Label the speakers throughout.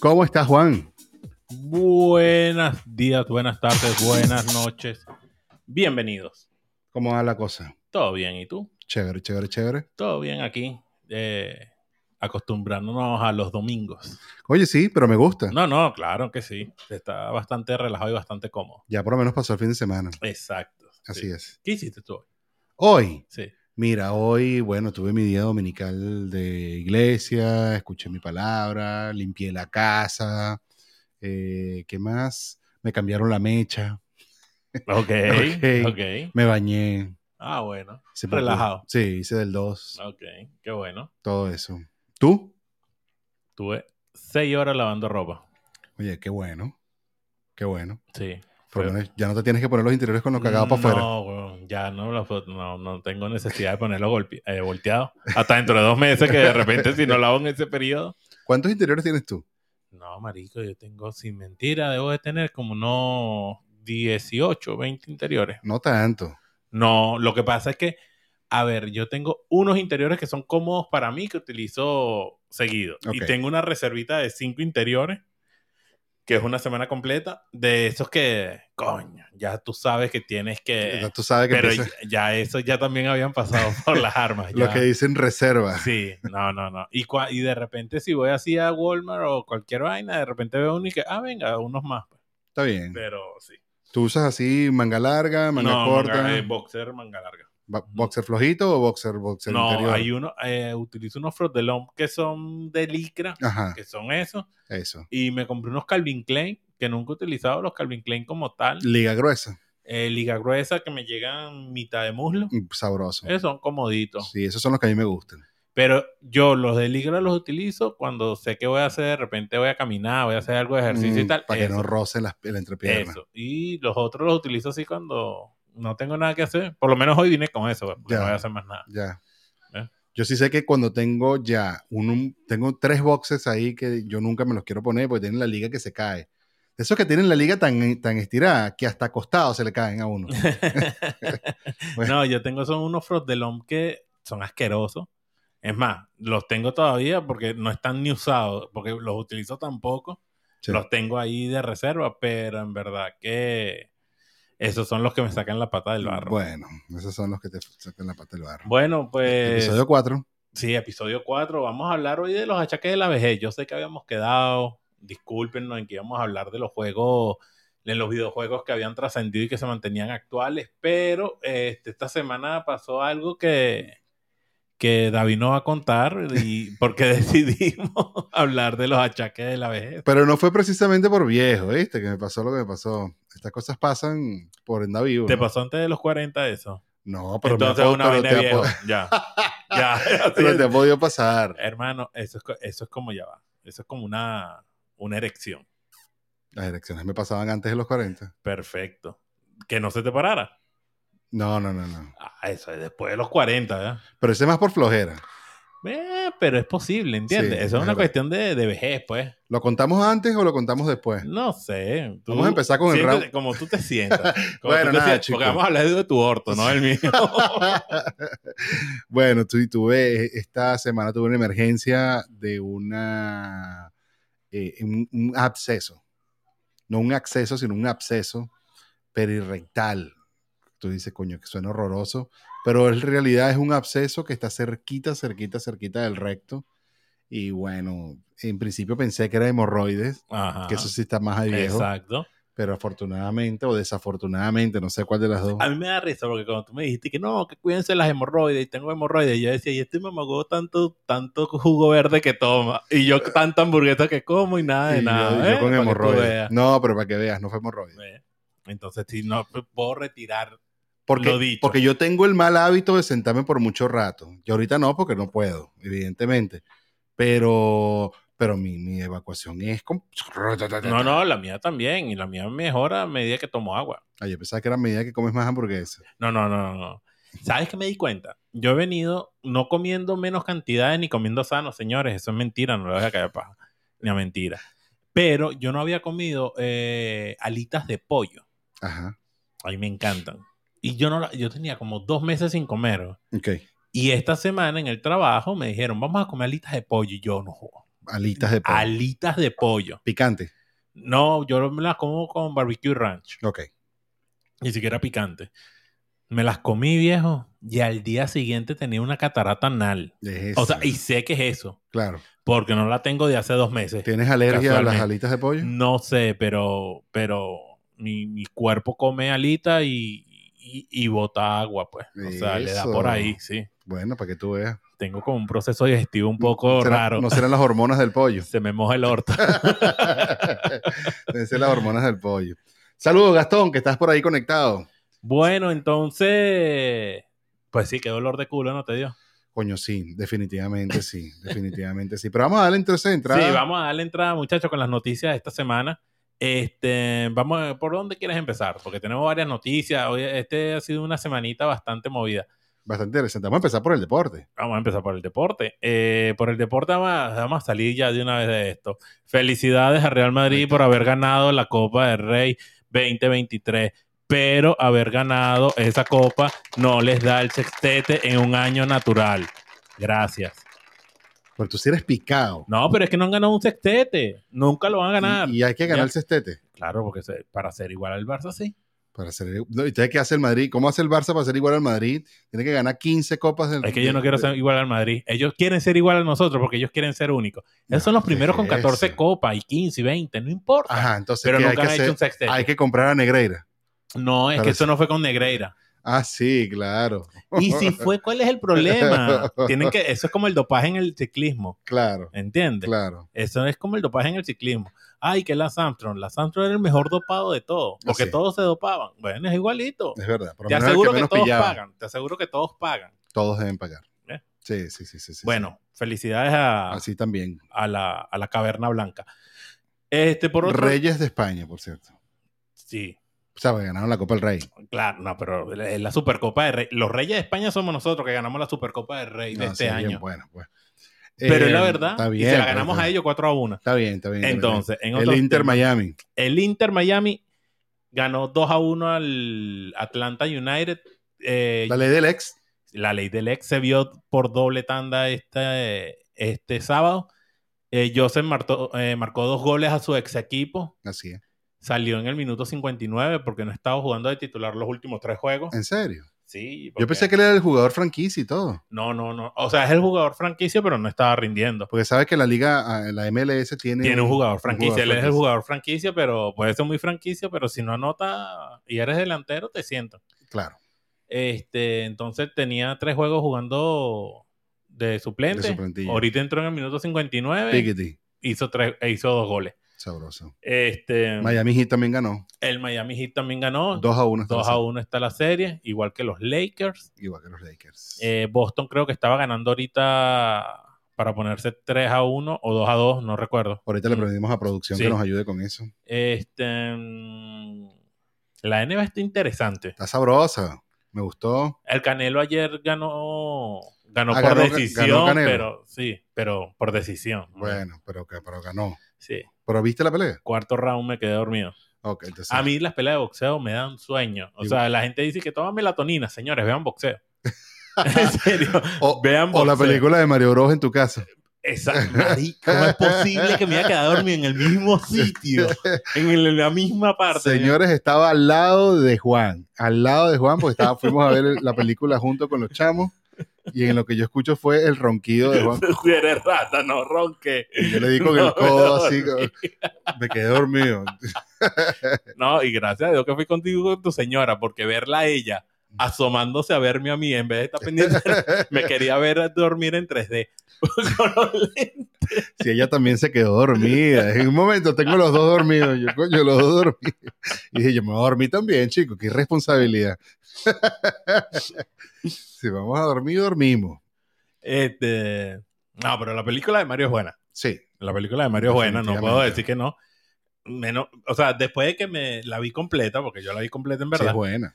Speaker 1: ¿Cómo estás, Juan?
Speaker 2: Buenas días, buenas tardes, buenas noches. Bienvenidos.
Speaker 1: ¿Cómo va la cosa?
Speaker 2: Todo bien, ¿y tú?
Speaker 1: Chévere, chévere, chévere.
Speaker 2: Todo bien aquí. eh, acostumbrándonos a los domingos.
Speaker 1: Oye, sí, pero me gusta.
Speaker 2: No, no, claro que sí. Está bastante relajado y bastante cómodo.
Speaker 1: Ya por lo menos pasó el fin de semana.
Speaker 2: Exacto.
Speaker 1: Así es.
Speaker 2: ¿Qué hiciste tú hoy?
Speaker 1: Hoy,
Speaker 2: Sí.
Speaker 1: mira, hoy, bueno, tuve mi día dominical de iglesia, escuché mi palabra, limpié la casa. eh, ¿Qué más? Me cambiaron la mecha,
Speaker 2: Ok,
Speaker 1: Ok.
Speaker 2: ok.
Speaker 1: me bañé.
Speaker 2: Ah, bueno.
Speaker 1: se me-
Speaker 2: Relajado. Ah.
Speaker 1: Sí, hice del 2,
Speaker 2: Ok, qué bueno.
Speaker 1: todo eso. ¿Tú?
Speaker 2: Tuve seis horas lavando ropa.
Speaker 1: Oye, qué bueno. Qué bueno.
Speaker 2: Sí.
Speaker 1: Por lo
Speaker 2: Fue-
Speaker 1: menos ya no te tienes que poner los interiores con lo cagado para afuera.
Speaker 2: No, weón, ya no, lo puedo- no, no tengo necesidad de ponerlo golpe, eh, volteado. Hasta dentro de dos meses que de repente si no lavo en ese periodo.
Speaker 1: ¿Cuántos interiores tienes tú?
Speaker 2: No, marico, yo tengo, sin mentira, debo de tener como unos 18, 20 interiores.
Speaker 1: No tanto.
Speaker 2: No, lo que pasa es que, a ver, yo tengo unos interiores que son cómodos para mí que utilizo seguido.
Speaker 1: Ok.
Speaker 2: Y tengo una reservita de cinco interiores, que es una semana completa, de esos que, coño, ya tú sabes que tienes que...
Speaker 1: Ya tú sabes que
Speaker 2: Eh, Pero
Speaker 1: empieza-
Speaker 2: ya, ya eso ya también habían pasado por las armas.
Speaker 1: lo
Speaker 2: ya.
Speaker 1: que dicen reserva.
Speaker 2: Sí, no, no, no. Y, cua- y de repente si voy así a Walmart o cualquier vaina, de repente veo uno y que, ah, venga, unos más.
Speaker 1: Está bien.
Speaker 2: Pero sí.
Speaker 1: ¿Tú usas así manga larga, manga
Speaker 2: no,
Speaker 1: corta,
Speaker 2: manga- eh, boxer, manga larga.
Speaker 1: ba- boxer flojito o boxer, boxer
Speaker 2: no,
Speaker 1: interior?
Speaker 2: hay uno, eh, utilizo unos frotelón que son de licra,
Speaker 1: Ajá,
Speaker 2: que son esos.
Speaker 1: eso.
Speaker 2: Y me compré unos Calvin Klein, que nunca he utilizado los Calvin Klein como tal.
Speaker 1: Liga gruesa,
Speaker 2: Eh, liga gruesa que me llegan mitad de muslo.
Speaker 1: mm, sabroso.
Speaker 2: Esos son comoditos.
Speaker 1: Sí, esos son los que a mí me gustan.
Speaker 2: Pero yo los de Ligra los utilizo cuando sé que voy a hacer, de repente voy a caminar, voy a hacer algo de ejercicio y
Speaker 1: Mm,
Speaker 2: tal.
Speaker 1: Para que
Speaker 2: eso,
Speaker 1: no rocen las- la entrepierna.
Speaker 2: eso. Y los otros los utilizo así cuando no tengo nada que hacer. Por lo menos hoy vine con eso, pues, porque
Speaker 1: Ya.
Speaker 2: no voy a hacer más nada.
Speaker 1: Ya.
Speaker 2: ¿Eh?
Speaker 1: Yo sí sé que cuando tengo ya un, un- tengo tres boxes ahí que yo nunca me los quiero poner porque tienen la liga que se cae. De esos que tienen la liga tan, tan estirada que hasta acostado se le caen a uno. Bueno.
Speaker 2: No, yo tengo son unos frotelón que son asquerosos. Es más, los tengo todavía porque no están ni usados, porque los utilizo tampoco.
Speaker 1: Sí.
Speaker 2: Los tengo ahí de reserva, pero en verdad que esos son los que me sacan la pata del barro. Bueno,
Speaker 1: Mm, Bueno, esos son los que te sacan la pata del barro.
Speaker 2: pues...
Speaker 1: Episodio 4.
Speaker 2: Sí, episodio 4. Vamos a hablar hoy de los achaques de la vejez. Yo sé que habíamos quedado, discúlpenos, en que íbamos a hablar de los juegos, de los videojuegos que habían trascendido y que se mantenían actuales, pero este, esta semana pasó algo que, que David nos va a contar y porque decidimos hablar de los achaques de la vejez.
Speaker 1: Pero no fue precisamente por viejo, ¿viste? Que me pasó lo que me pasó. Estas cosas pasan por enda vivo.
Speaker 2: ¿Te
Speaker 1: ¿no?
Speaker 2: pasó antes de los 40 eso?
Speaker 1: No, pero, me
Speaker 2: Entonces
Speaker 1: ha pod-
Speaker 2: una
Speaker 1: pero
Speaker 2: vaina
Speaker 1: te,
Speaker 2: de
Speaker 1: ha
Speaker 2: viejo.
Speaker 1: pod-
Speaker 2: Ya. ya.
Speaker 1: pero te ha podido pasar.
Speaker 2: Hermano, eso es, co- eso es como ya va. Eso es como una, una erección.
Speaker 1: Las elecciones me pasaban antes de los 40.
Speaker 2: Perfecto. Que no se te parara.
Speaker 1: No, no, no, no.
Speaker 2: Ah, eso es después de los 40, ¿verdad?
Speaker 1: Pero ese es más por flojera.
Speaker 2: Eh, pero es posible, ¿entiendes?
Speaker 1: Sí,
Speaker 2: eso es
Speaker 1: es
Speaker 2: una
Speaker 1: verdad.
Speaker 2: cuestión de, de vejez, pues.
Speaker 1: ¿Lo contamos antes o lo contamos después?
Speaker 2: No sé. tú
Speaker 1: Vamos a empezar con el
Speaker 2: siéntete
Speaker 1: round.
Speaker 2: Como tú te sientas. Como
Speaker 1: Bueno,
Speaker 2: tú te
Speaker 1: nada,
Speaker 2: sientas,
Speaker 1: chico.
Speaker 2: Porque vamos a hablar de tu orto, no el mío.
Speaker 1: bueno, tu- tuve, eh, esta semana tuve una emergencia de una, eh, un, un absceso. No un acceso, sino un absceso perirrectal. Tú dices, coño, que suena horroroso, pero en realidad es un absceso que está cerquita, cerquita, cerquita del recto. Y bueno, en principio pensé que era hemorroides,
Speaker 2: Ajá.
Speaker 1: que eso sí está más de viejo,
Speaker 2: Exacto.
Speaker 1: pero afortunadamente o desafortunadamente, no sé cuál de las dos.
Speaker 2: A mí me da risa porque cuando tú me dijiste que no, que cuídense las hemorroides y tengo hemorroides, yo decía, y este mamagó tanto, tanto jugo verde que toma y yo tanta hamburguesa que como y nada de
Speaker 1: Y yo-
Speaker 2: nada.
Speaker 1: yo con
Speaker 2: ¿eh? Para que tú
Speaker 1: hemorroides.
Speaker 2: veas.
Speaker 1: No, pero para que veas, no fue hemorroides.
Speaker 2: Ve. Entonces, si no p- puedo retirar.
Speaker 1: Porque,
Speaker 2: Lo dicho.
Speaker 1: porque yo tengo el mal hábito de sentarme por mucho rato. Yo ahorita no, porque no puedo, evidentemente. Pero, pero mi, mi evacuación es con...
Speaker 2: No, no, la mía también. Y la mía mejora a medida que tomo agua.
Speaker 1: Ay, yo pensaba que era a medida que comes más hamburguesas.
Speaker 2: No, no, no, no, no. ¿Sabes qué me di cuenta? Yo he venido no comiendo menos cantidades ni comiendo sano, señores. Eso es mentira, no le voy a caer paja. Ni a mentira. Pero yo no había comido eh, alitas de pollo.
Speaker 1: Ajá.
Speaker 2: A mí me encantan. Y yo, no la- yo tenía como dos meses sin comer.
Speaker 1: Ok.
Speaker 2: Y esta semana en el trabajo me dijeron, vamos a comer alitas de pollo. Y yo no jodas.
Speaker 1: alitas de pollo.
Speaker 2: Alitas de pollo.
Speaker 1: Picante.
Speaker 2: No, yo me las como con barbecue ranch.
Speaker 1: Ok.
Speaker 2: Ni siquiera picante. Me las comí, viejo, y al día siguiente tenía una catarata anal.
Speaker 1: Es
Speaker 2: O sea,
Speaker 1: eso,
Speaker 2: y sé que es eso,
Speaker 1: claro.
Speaker 2: porque no la tengo de hace dos meses.
Speaker 1: ¿Tienes alergia a las
Speaker 2: Casualmente. Mm.
Speaker 1: alitas de pollo?
Speaker 2: No sé, pero, pero mi, mi cuerpo come alita y, y, y bota agua, pues. O sea, le da
Speaker 1: Eso.
Speaker 2: por ahí, sí.
Speaker 1: Bueno, para que tú veas.
Speaker 2: Tengo como un proceso digestivo un poco
Speaker 1: ¿Será-
Speaker 2: raro.
Speaker 1: No serán las hormonas del pollo.
Speaker 2: Se me moja el orto.
Speaker 1: Deben ser las hormonas del pollo. Saludos, Gastón, que estás por ahí conectado.
Speaker 2: bueno, entonces, pues sí, qué dolor de culo, ¿no te dio?
Speaker 1: Coño, sí, definitivamente sí, definitivamente sí. Pero vamos a darle entonces entrada.
Speaker 2: Sí, vamos a darle entrada, muchachos, con las noticias de esta semana. Este, vamos a ver, ¿por dónde quieres empezar? Porque tenemos varias noticias. Hoy, este ha sido una semanita bastante movida.
Speaker 1: Bastante interesante. Vamos a empezar por el deporte.
Speaker 2: Vamos a empezar por el deporte. Eh, por el deporte vamos a, vamos a salir ya de una vez de esto. Felicidades a Real Madrid por haber ganado la Copa del Rey 2023. Pero haber ganado esa copa no les da el sextete en un año natural. Gracias.
Speaker 1: Porque tú sí eres picado.
Speaker 2: No, pero es que no han ganado un sextete. Nunca lo van a ganar.
Speaker 1: Y, y hay que ganar
Speaker 2: Ya.
Speaker 1: el cestete.
Speaker 2: Claro, porque se- para ser igual al Barça, sí.
Speaker 1: Para ser, no, ¿Y usted qué hace el Madrid? ¿Cómo hace el Barça para ser igual al Madrid? Tiene que ganar 15 copas del
Speaker 2: Es que yo no quiero
Speaker 1: de-
Speaker 2: ser igual al Madrid. Ellos quieren ser igual a nosotros porque ellos quieren ser únicos. Esos son los
Speaker 1: No,
Speaker 2: primeros
Speaker 1: ¿qué
Speaker 2: con
Speaker 1: es
Speaker 2: 14
Speaker 1: eso?
Speaker 2: copas y 15 y 20, no importa.
Speaker 1: Ajá, entonces
Speaker 2: pero
Speaker 1: ¿qué
Speaker 2: nunca
Speaker 1: hay, que
Speaker 2: han hecho
Speaker 1: hacer?
Speaker 2: un sextete.
Speaker 1: hay que comprar a Negreira.
Speaker 2: No, es
Speaker 1: Pero
Speaker 2: que
Speaker 1: es-
Speaker 2: eso no fue con Negreira.
Speaker 1: Ah, sí, claro.
Speaker 2: Y si fue, ¿cuál es el problema? Tienen que, eso es como el dopaje en el ciclismo,
Speaker 1: Claro,
Speaker 2: ¿entiendes?
Speaker 1: claro.
Speaker 2: Eso es como el dopaje en el ciclismo. Ay, que Lance Armstrong. Lance Armstrong era el mejor dopado de todos, porque
Speaker 1: Así es.
Speaker 2: todos se dopaban. Bueno, es igualito.
Speaker 1: Es verdad. Ah, Por lo
Speaker 2: Te
Speaker 1: menos el
Speaker 2: aseguro que,
Speaker 1: menos
Speaker 2: todos
Speaker 1: pillaba,
Speaker 2: pagan. Te aseguro que todos pagan.
Speaker 1: Todos deben pagar.
Speaker 2: ¿Eh?
Speaker 1: Sí, sí, sí, sí. sí, sí.
Speaker 2: Bueno, felicidades a,
Speaker 1: Así también.
Speaker 2: a la, a la caverna blanca. Este, por otro.
Speaker 1: Reyes de España, por cierto.
Speaker 2: Sí,
Speaker 1: O sea, ganaron la Copa del Rey.
Speaker 2: claro, no, pero la, la Supercopa de Rey. Los Reyes de España somos nosotros que ganamos la Supercopa de Rey de
Speaker 1: No,
Speaker 2: este
Speaker 1: sí, bien,
Speaker 2: año.
Speaker 1: bueno, pues.
Speaker 2: Pero
Speaker 1: Eh,
Speaker 2: es la verdad,
Speaker 1: Está
Speaker 2: y
Speaker 1: bien.
Speaker 2: se la ganamos
Speaker 1: está-
Speaker 2: a ellos 4 a 1.
Speaker 1: Está bien, está bien. está bien.
Speaker 2: Entonces, en
Speaker 1: el
Speaker 2: otros
Speaker 1: Inter
Speaker 2: temas,
Speaker 1: Miami.
Speaker 2: el Inter Miami ganó 2 a 1 al Atlanta United. Eh,
Speaker 1: La ley del ex.
Speaker 2: la ley del ex se vio por doble tanda este, este sábado. Eh, Joseph martó- eh, marcó dos goles a su ex equipo.
Speaker 1: Así es.
Speaker 2: Salió en el minuto 59 porque no estaba jugando de titular los últimos tres juegos.
Speaker 1: En serio.
Speaker 2: Sí,
Speaker 1: Eh, Yo pensé que él era el jugador franquicia y todo.
Speaker 2: No, no, no. O sea, es el jugador franquicia, pero no estaba rindiendo.
Speaker 1: Porque sabes que la liga, ah, la MLS tiene.
Speaker 2: Tiene un jugador franquicia.
Speaker 1: jugador
Speaker 2: Él es el
Speaker 1: franquicia.
Speaker 2: jugador franquicia, pero puede ser muy franquicia, pero si no anota y eres delantero, te sientan.
Speaker 1: Claro.
Speaker 2: Este, entonces tenía tres juegos jugando de suplente.
Speaker 1: De su plantilla.
Speaker 2: Ahorita entró en el minuto 59,
Speaker 1: Piquiti.
Speaker 2: hizo tres, e hizo dos goles.
Speaker 1: Sabroso.
Speaker 2: Este,
Speaker 1: Miami Heat también ganó.
Speaker 2: el Miami Heat también ganó. 2
Speaker 1: 2 a 1.
Speaker 2: Oh, a 1 está la serie, igual que los Lakers.
Speaker 1: Igual que los Lakers.
Speaker 2: Eh, Boston creo que estaba ganando ahorita para ponerse 3 a 1 o 2 a 2, no recuerdo.
Speaker 1: Ahorita le pedimos a producción
Speaker 2: mm, Sí.
Speaker 1: que nos ayude con eso.
Speaker 2: Este, mm, la NBA está interesante.
Speaker 1: Está sabrosa. Me gustó.
Speaker 2: El Canelo ayer ganó, ganó
Speaker 1: Ah,
Speaker 2: por
Speaker 1: ganó-
Speaker 2: decisión,
Speaker 1: ganó Canelo.
Speaker 2: pero sí, pero por decisión.
Speaker 1: Bueno, pero, que- pero ganó.
Speaker 2: Sí,
Speaker 1: ¿Pero viste la pelea?
Speaker 2: cuarto round me quedé dormido.
Speaker 1: Ok, entonces.
Speaker 2: A mí las peleas de boxeo me dan sueño. O
Speaker 1: Y-
Speaker 2: sea, la gente dice que toma melatonina, señores, vean boxeo. en serio,
Speaker 1: O-
Speaker 2: vean boxeo.
Speaker 1: O la película de Mario Bros en tu casa.
Speaker 2: Exacto, marico, ¿cómo es posible que me haya quedado dormido en el mismo sitio? En, el- en la misma parte.
Speaker 1: Señores, estaba al lado de Juan. Al lado de Juan, porque estaba, fuimos a ver el- la película junto con los chamos. Y en lo que yo escucho fue el ronquido de Juan.
Speaker 2: Tú eres rata, no ronque.
Speaker 1: Y yo le di con el
Speaker 2: No,
Speaker 1: codo
Speaker 2: no,
Speaker 1: así.
Speaker 2: no.
Speaker 1: como- Me quedé dormido.
Speaker 2: No, y gracias a Dios que fui contigo con tu señora, porque verla a ella asomándose a verme a mí en vez de estar pendiente, me quería ver dormir en 3D. Con los lentes.
Speaker 1: Si ella también se quedó dormida. En un momento tengo los dos dormidos. Yo, coño, los dos dormidos. Y dije, yo me voy a dormir también, chico. Qué irresponsabilidad. Si vamos a dormir, dormimos.
Speaker 2: este, no, pero la película de Mario es buena.
Speaker 1: Sí,
Speaker 2: La película de Mario es buena, no puedo
Speaker 1: Definitivamente.
Speaker 2: decir que no. Menos, o sea, después de que me la vi completa, porque yo la vi completa en
Speaker 1: sí
Speaker 2: verdad,
Speaker 1: es buena.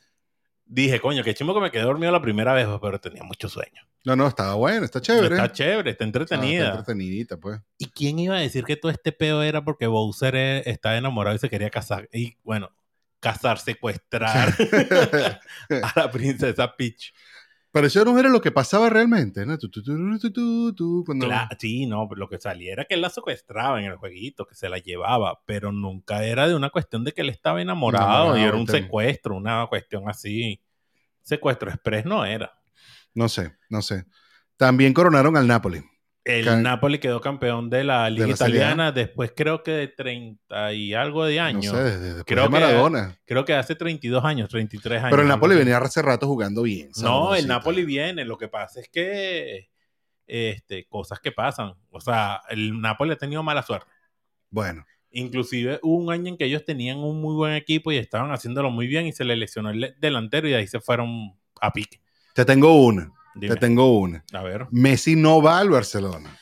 Speaker 2: dije, coño, qué chimo que me quedé dormido la primera vez, pero tenía mucho sueño.
Speaker 1: No, no, estaba bueno, está chévere.
Speaker 2: Está chévere, está entretenida.
Speaker 1: Ah, está entretenidita, pues.
Speaker 2: ¿Y quién iba a decir que todo este peo era porque Bowser eh, estaba enamorado y se quería casar? Y bueno, casar, secuestrar a la princesa Peach.
Speaker 1: Pero eso no era lo que pasaba realmente, ¿no? Tú, tú, tú, tú, tú, tú, cuando-
Speaker 2: Cla- sí, no, pero lo que salía era que él la secuestraba en el jueguito, que se la llevaba, pero nunca era de una cuestión de que él estaba enamorado, y
Speaker 1: Enamorado,
Speaker 2: era un
Speaker 1: también.
Speaker 2: secuestro, una cuestión así. Secuestro express no era.
Speaker 1: No sé, no sé. También coronaron al Napoli.
Speaker 2: El
Speaker 1: Ca-
Speaker 2: Napoli quedó campeón de la liga
Speaker 1: la Serie A.
Speaker 2: italiana después creo que de 30 y algo de años.
Speaker 1: No sé, desde después
Speaker 2: Creo
Speaker 1: de
Speaker 2: que-
Speaker 1: Maradona.
Speaker 2: Creo que hace 32 años, 33 años.
Speaker 1: Pero el
Speaker 2: algo
Speaker 1: Napoli
Speaker 2: así.
Speaker 1: venía hace rato jugando bien.
Speaker 2: No, el
Speaker 1: sabrosito.
Speaker 2: Napoli viene. Lo que pasa es que este, cosas que pasan. O sea, el Napoli ha tenido mala suerte.
Speaker 1: Bueno,
Speaker 2: Inclusive hubo un año en que ellos tenían un muy buen equipo y estaban haciéndolo muy bien y se le lesionó el le- delantero y de ahí se fueron a pique.
Speaker 1: te tengo una.
Speaker 2: Dime,
Speaker 1: Te tengo una.
Speaker 2: A ver.
Speaker 1: Messi no va al Barcelona.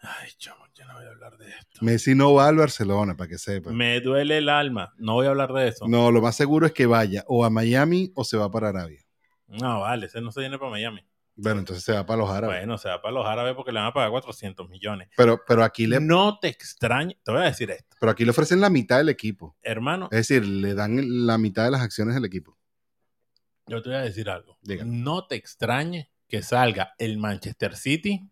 Speaker 2: Ay, chamo, yo no voy a hablar de esto.
Speaker 1: Messi no va al Barcelona, para que sepa.
Speaker 2: Me duele el alma. No voy a hablar de eso. No,
Speaker 1: No, lo más seguro es que vaya o a Miami o se va para Arabia.
Speaker 2: vale, ese no se viene para Miami.
Speaker 1: Bueno, entonces se va para los árabes.
Speaker 2: Bueno, se va para los árabes porque le van a pagar 400 millones.
Speaker 1: Pero, pero, aquí le,
Speaker 2: No te extraño. Te voy a decir esto,
Speaker 1: pero aquí le ofrecen la mitad del equipo.
Speaker 2: hermano.
Speaker 1: Es decir, le dan la mitad de las acciones del equipo.
Speaker 2: Yo te voy a decir algo.
Speaker 1: Diga.
Speaker 2: No te extrañe que salga el Manchester City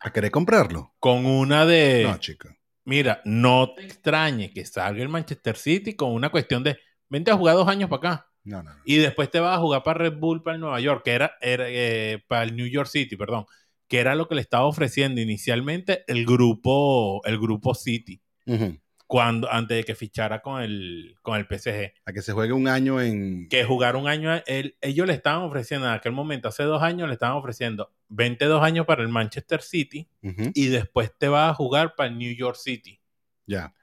Speaker 1: ¿A querer comprarlo?
Speaker 2: con una de.
Speaker 1: No, chico.
Speaker 2: Mira, no te extrañe que salga el Manchester City con una cuestión de. Vente a jugar dos años para acá.
Speaker 1: No, no, no.
Speaker 2: Y después te vas a jugar para Red Bull, para el Nueva York, que era, era, eh, para el New York City, perdón, que era lo que le estaba ofreciendo inicialmente el grupo, el grupo City,
Speaker 1: Ujú.
Speaker 2: cuando, antes de que fichara con el, con el PSG.
Speaker 1: A que se juegue un año en...
Speaker 2: que jugar un año, él- ellos le estaban ofreciendo en aquel momento, hace dos años, le estaban ofreciendo 22 años para el Manchester City
Speaker 1: Ujú.
Speaker 2: y después te vas a jugar para el New York City.
Speaker 1: Ya.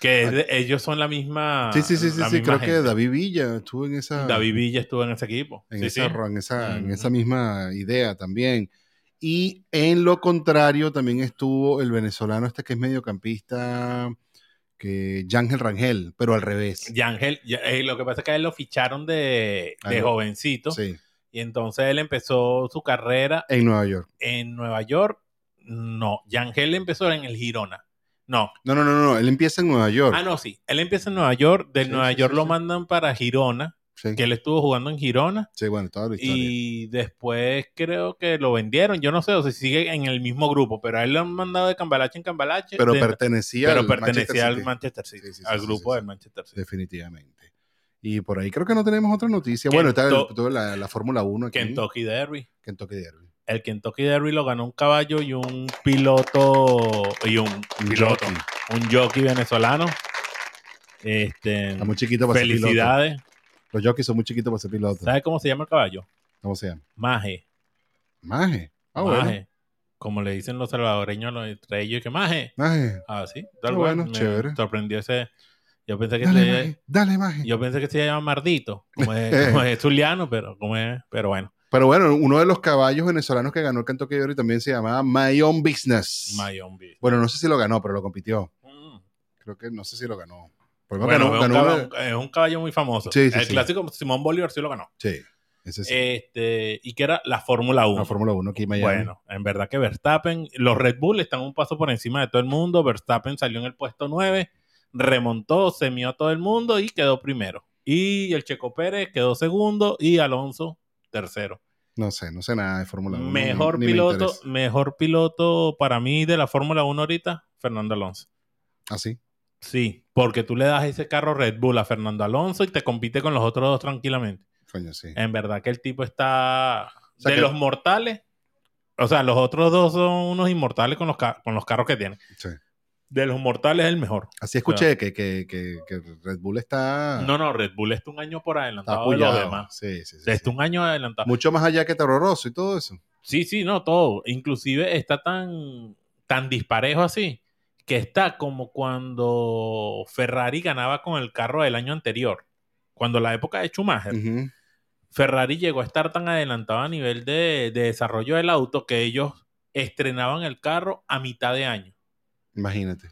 Speaker 2: Que es de- ellos son la misma.
Speaker 1: Ah. sí, sí, sí, sí,
Speaker 2: Ah, la
Speaker 1: sí.
Speaker 2: misma
Speaker 1: Creo que
Speaker 2: gente.
Speaker 1: David Villa estuvo en esa...
Speaker 2: David Villa estuvo en ese equipo.
Speaker 1: en,
Speaker 2: Sí,
Speaker 1: esa,
Speaker 2: sí.
Speaker 1: ro- en esa- en
Speaker 2: Ujú.
Speaker 1: esa misma idea también. Y en lo contrario también estuvo el venezolano este que es mediocampista, que Yángel Rangel, pero al revés.
Speaker 2: Y Ángel, ya- eh, lo que pasa es que a él lo ficharon de, de
Speaker 1: Algo.
Speaker 2: jovencito
Speaker 1: Ah, Sí,
Speaker 2: y entonces él empezó su carrera
Speaker 1: en Nueva York.
Speaker 2: en Nueva York. No, Yangel empezó en el Girona. No,
Speaker 1: No, no, no, no, él empieza en Nueva York.
Speaker 2: Ah, no, sí. Él empieza en Nueva York. Del
Speaker 1: Sí,
Speaker 2: Nueva
Speaker 1: sí,
Speaker 2: York
Speaker 1: sí,
Speaker 2: lo
Speaker 1: sí.
Speaker 2: mandan para Girona,
Speaker 1: sí.
Speaker 2: que él estuvo jugando en Girona.
Speaker 1: Sí, bueno, toda la historia.
Speaker 2: Y después creo que lo vendieron. Yo no sé, o si sigue en el mismo grupo, pero a él lo han mandado de Cambalache en Cambalache.
Speaker 1: pero
Speaker 2: de-
Speaker 1: pertenecía
Speaker 2: pero
Speaker 1: al Manchester
Speaker 2: pertenecía al
Speaker 1: City,
Speaker 2: Manchester City,
Speaker 1: Sí, sí, sí,
Speaker 2: al
Speaker 1: sí,
Speaker 2: grupo
Speaker 1: sí,
Speaker 2: del
Speaker 1: sí.
Speaker 2: Manchester City.
Speaker 1: definitivamente. Y por ahí creo que no tenemos otra noticia.
Speaker 2: Kento-
Speaker 1: Bueno, está el- toda la, la Fórmula 1 aquí.
Speaker 2: Kentucky Derby.
Speaker 1: Kentucky Derby.
Speaker 2: El Kentucky Derby lo ganó un caballo y un piloto. Y un
Speaker 1: Un
Speaker 2: piloto.
Speaker 1: jockey.
Speaker 2: Un jockey venezolano. Este,
Speaker 1: Está muy chiquito para ser piloto.
Speaker 2: felicidades.
Speaker 1: Los jockeys son muy chiquitos para ser piloto.
Speaker 2: ¿Sabes cómo se llama el caballo?
Speaker 1: ¿Cómo se llama?
Speaker 2: Maje.
Speaker 1: Maje. Ah, bueno.
Speaker 2: Maje. Como le dicen los salvadoreños los- entre ellos, que maje.
Speaker 1: Maje.
Speaker 2: Ah, sí.
Speaker 1: Ah,
Speaker 2: Tal cual.
Speaker 1: bueno,
Speaker 2: Me
Speaker 1: chévere.
Speaker 2: Sorprendió ese. Yo pensé que
Speaker 1: Dale,
Speaker 2: se-
Speaker 1: maje. Dale, maje.
Speaker 2: yo pensé que se llama Mardito, como es, como es zuliano, pero como es, pero bueno,
Speaker 1: Pero bueno, uno de los caballos venezolanos que ganó el Kentucky Derby también se llamaba My Own Business.
Speaker 2: my own beast.
Speaker 1: Bueno, no sé si lo ganó, pero lo compitió.
Speaker 2: Mm.
Speaker 1: Creo que no sé si lo ganó. Por lo menos ganó-
Speaker 2: Bueno, es, un
Speaker 1: ganó
Speaker 2: caballo,
Speaker 1: una-
Speaker 2: es un caballo muy famoso.
Speaker 1: Sí, sí,
Speaker 2: el
Speaker 1: sí.
Speaker 2: clásico Simón Bolívar sí lo ganó.
Speaker 1: Sí, ese sí.
Speaker 2: Este, y que era la Fórmula 1.
Speaker 1: la Fórmula 1 aquí en Miami.
Speaker 2: Bueno, en verdad que Verstappen, los Red Bull están un paso por encima de todo el mundo. Verstappen salió en el puesto 9, remontó, se mió a todo el mundo y quedó primero. Y el Checo Pérez quedó segundo y Alonso tercero.
Speaker 1: No sé, no sé nada de Fórmula 1.
Speaker 2: mejor
Speaker 1: ni- ni me
Speaker 2: piloto,
Speaker 1: interesa.
Speaker 2: mejor piloto para mí de la Fórmula 1 ahorita, Fernando Alonso.
Speaker 1: ¿Ah, sí?
Speaker 2: Sí, porque tú le das ese carro Red Bull a Fernando Alonso y te compite con los otros dos tranquilamente.
Speaker 1: Coño, sí.
Speaker 2: En verdad que el tipo está.
Speaker 1: sea
Speaker 2: de
Speaker 1: que-
Speaker 2: los mortales. O sea, los otros dos son unos inmortales con los, ca- con los carros que tienen.
Speaker 1: Sí.
Speaker 2: De los mortales es el mejor.
Speaker 1: Así escuché que, que, que, que Red Bull está,
Speaker 2: No, no, Red Bull está un año por
Speaker 1: Ah. está
Speaker 2: adelantado de los
Speaker 1: apoyado.
Speaker 2: demás.
Speaker 1: Sí, sí, sí, sí.
Speaker 2: Está un año adelantado.
Speaker 1: Mucho más allá que Terroroso y todo eso.
Speaker 2: Sí, sí, no, todo. Inclusive está tan, tan disparejo así que está como cuando Ferrari ganaba con el carro del año anterior. Cuando la época de Schumacher.
Speaker 1: Ujú.
Speaker 2: Ferrari llegó a estar tan adelantado a nivel de, de desarrollo del auto que ellos estrenaban el carro a mitad de año.
Speaker 1: Imagínate.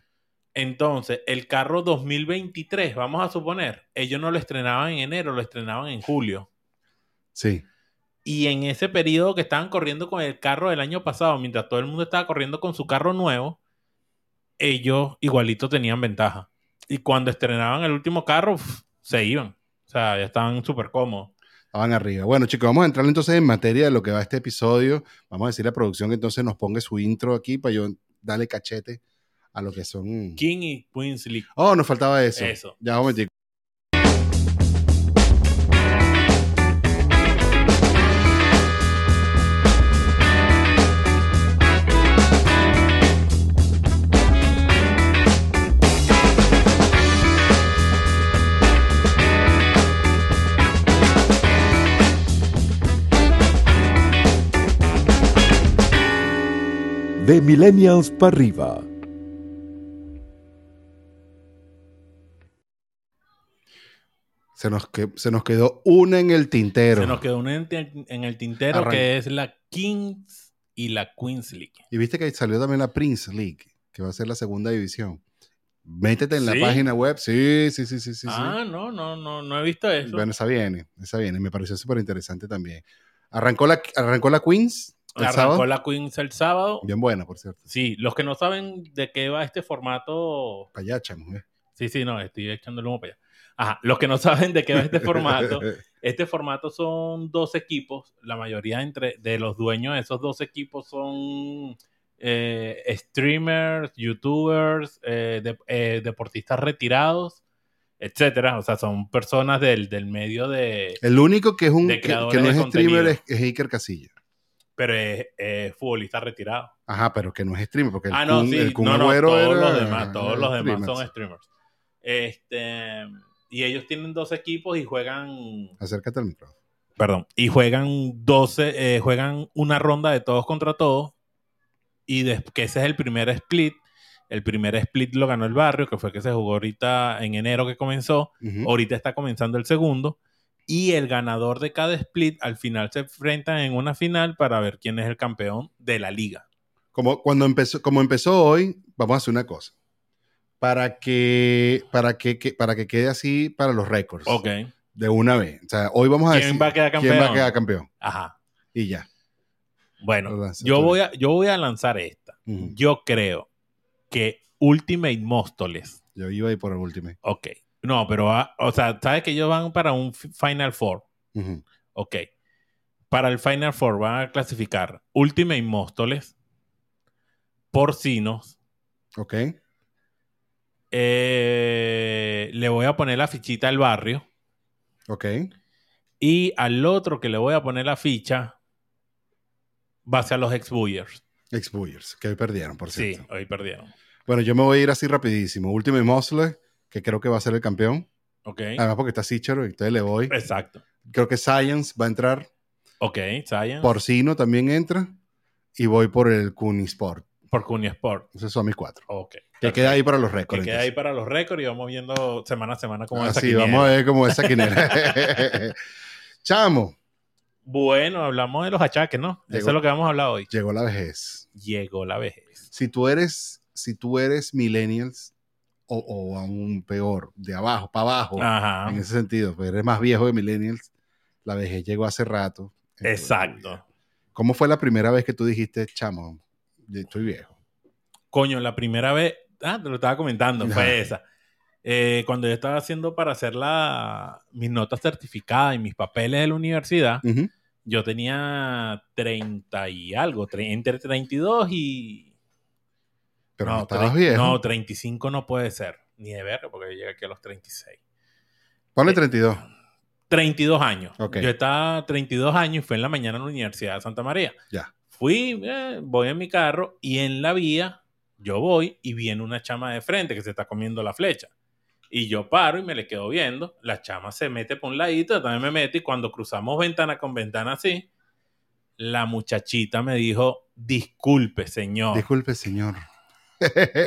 Speaker 2: Entonces, el carro 2023, vamos a suponer, ellos no lo estrenaban en enero, lo estrenaban en julio.
Speaker 1: Sí.
Speaker 2: Y en ese periodo que estaban corriendo con el carro del año pasado, mientras todo el mundo estaba corriendo con su carro nuevo, ellos igualito tenían ventaja. Y cuando estrenaban el último carro, uf, se iban. O sea, ya estaban súper cómodos.
Speaker 1: Estaban arriba. Bueno, chicos, vamos a entrar entonces en materia de lo que va este episodio. Vamos a decir a la producción que entonces nos ponga su intro aquí para yo darle cachete a lo que son.
Speaker 2: King y Queensley.
Speaker 1: Oh, nos faltaba eso.
Speaker 2: Eso.
Speaker 1: Ya, un momentico.
Speaker 3: De Millennials para arriba.
Speaker 1: Se nos, que, se nos quedó una en el tintero.
Speaker 2: Se nos quedó una en, en el tintero
Speaker 1: Arranca.
Speaker 2: que es la Kings y la Queens League.
Speaker 1: Y viste que salió también la Prince League, que va a ser la segunda división. Métete en
Speaker 2: ¿Sí?
Speaker 1: la página web. Sí, sí, sí, sí, sí. sí.
Speaker 2: ah, no, no, no, no he visto eso.
Speaker 1: Bueno, esa viene, esa viene. Me pareció súper interesante también. Arrancó la, arrancó la Queens el
Speaker 2: Arrancó
Speaker 1: sábado.
Speaker 2: la Queens el sábado.
Speaker 1: Bien buena, por cierto.
Speaker 2: Sí, los que no saben de qué va este formato.
Speaker 1: Para allá, chamo, eh.
Speaker 2: Sí, sí, no, estoy echando el humo para allá. Ajá, los que no saben de qué va este formato. Este formato son dos equipos, la mayoría entre, de los dueños de esos dos equipos son eh, streamers, youtubers, eh, de- eh, deportistas retirados, etcétera. O sea, son personas del, del medio de...
Speaker 1: El único que es un
Speaker 2: De
Speaker 1: que, que
Speaker 2: creadores
Speaker 1: no
Speaker 2: de
Speaker 1: es streamer
Speaker 2: contenido.
Speaker 1: es, es Iker Casilla.
Speaker 2: Pero es, es futbolista retirado.
Speaker 1: Ajá, pero que no es streamer, porque el
Speaker 2: ah, no,
Speaker 1: Kun-
Speaker 2: sí,
Speaker 1: el Kun
Speaker 2: no, no,
Speaker 1: Agüero
Speaker 2: todos
Speaker 1: era-
Speaker 2: los demás, todos
Speaker 1: era
Speaker 2: los demás
Speaker 1: streamer.
Speaker 2: son streamers. Este, y ellos tienen dos equipos y juegan
Speaker 1: Acércate al micrófono.
Speaker 2: perdón, y juegan 12, eh, juegan una ronda de todos contra todos, y des- que ese es el primer split. El primer split lo ganó el barrio, que fue que se jugó ahorita en enero que comenzó.
Speaker 1: Ujú.
Speaker 2: Ahorita está comenzando el segundo. Y el ganador de cada split al final se enfrentan en una final para ver quién es el campeón de la liga.
Speaker 1: Como cuando empezó, como empezó hoy, vamos a hacer una cosa. Para que, para que, que- para que quede así para los récords.
Speaker 2: Ok.
Speaker 1: De una vez. O sea, hoy vamos a
Speaker 2: ¿Quién
Speaker 1: decir
Speaker 2: va a quedar
Speaker 1: quién va a
Speaker 2: campeón?
Speaker 1: quedar campeón.
Speaker 2: Ajá.
Speaker 1: Y ya. Lo
Speaker 2: Bueno,
Speaker 1: lanzas
Speaker 2: yo
Speaker 1: tú.
Speaker 2: voy, a, yo voy a lanzar esta.
Speaker 1: Ujú.
Speaker 2: Yo creo que Ultimate Móstoles
Speaker 1: Yo iba ahí por el último.
Speaker 2: Ok. No, pero, ah, o sea, sabes que ellos van para un fi- Final Four.
Speaker 1: Ujú.
Speaker 2: Ok. Para el Final Four van a clasificar Ultimate Móstoles, Porcinos.
Speaker 1: Ok.
Speaker 2: eh, le voy a poner la fichita al barrio.
Speaker 1: Ok.
Speaker 2: Y al otro que le voy a poner la ficha va hacia los Exbullers.
Speaker 1: Exbullers, que hoy perdieron, por
Speaker 2: Sí,
Speaker 1: cierto.
Speaker 2: hoy perdieron.
Speaker 1: Bueno, yo me voy a ir así rapidísimo. Último Mosley, que creo que va a ser el campeón.
Speaker 2: Ok.
Speaker 1: Además, porque está Sichero y entonces le voy.
Speaker 2: Exacto.
Speaker 1: Creo que Science va a entrar.
Speaker 2: Ok, Science. Por,
Speaker 1: Porcino también entra. Y voy por el Kunisport.
Speaker 2: Cunia Sport.
Speaker 1: Esos son mis cuatro.
Speaker 2: Ok.
Speaker 1: Que queda ahí para los
Speaker 2: Que
Speaker 1: récords.
Speaker 2: queda ahí para los récords y vamos viendo semana a semana cómo va esa
Speaker 1: Así,
Speaker 2: quiniela.
Speaker 1: Ah, vamos a ver cómo es esa quinera. Chamo,
Speaker 2: Bueno, hablamos de los achaques, ¿no?
Speaker 1: Llegó.
Speaker 2: Eso es lo que vamos a hablar hoy.
Speaker 1: llegó la vejez.
Speaker 2: Llegó la vejez.
Speaker 1: Si tú eres, si tú eres millennials, o, o aún peor, de abajo para abajo,
Speaker 2: Ajá.
Speaker 1: en ese sentido, pues eres más viejo de millennials, la vejez llegó hace rato. en tu vida.
Speaker 2: Exacto.
Speaker 1: ¿Cómo fue la primera vez que tú dijiste, chamo, yo estoy viejo?
Speaker 2: Coño, la primera vez, ah, te lo estaba comentando,
Speaker 1: Ajá.
Speaker 2: fue esa. Eh, cuando yo estaba haciendo para hacer la, mis notas certificadas y mis papeles de la universidad,
Speaker 1: Ujú.
Speaker 2: yo tenía 30 y algo, tre- entre 32 y...
Speaker 1: Pero no,
Speaker 2: no,
Speaker 1: estabas
Speaker 2: tre-
Speaker 1: viejo.
Speaker 2: No, 35 no puede ser, ni de ver, porque yo llegué aquí a los 36.
Speaker 1: Ponle
Speaker 2: eh,
Speaker 1: 32.
Speaker 2: 32 años.
Speaker 1: Ok.
Speaker 2: Yo estaba 32 años y fue en la mañana en la Universidad de Santa María.
Speaker 1: Ya.
Speaker 2: Fui, eh, voy en mi carro y en la vía yo voy y viene una chama de frente que se está comiendo la flecha. Y yo paro y me le quedo viendo. La chama se mete por un ladito, yo también me mete y cuando cruzamos ventana con ventana así, la muchachita me dijo, disculpe señor.
Speaker 1: Disculpe, señor.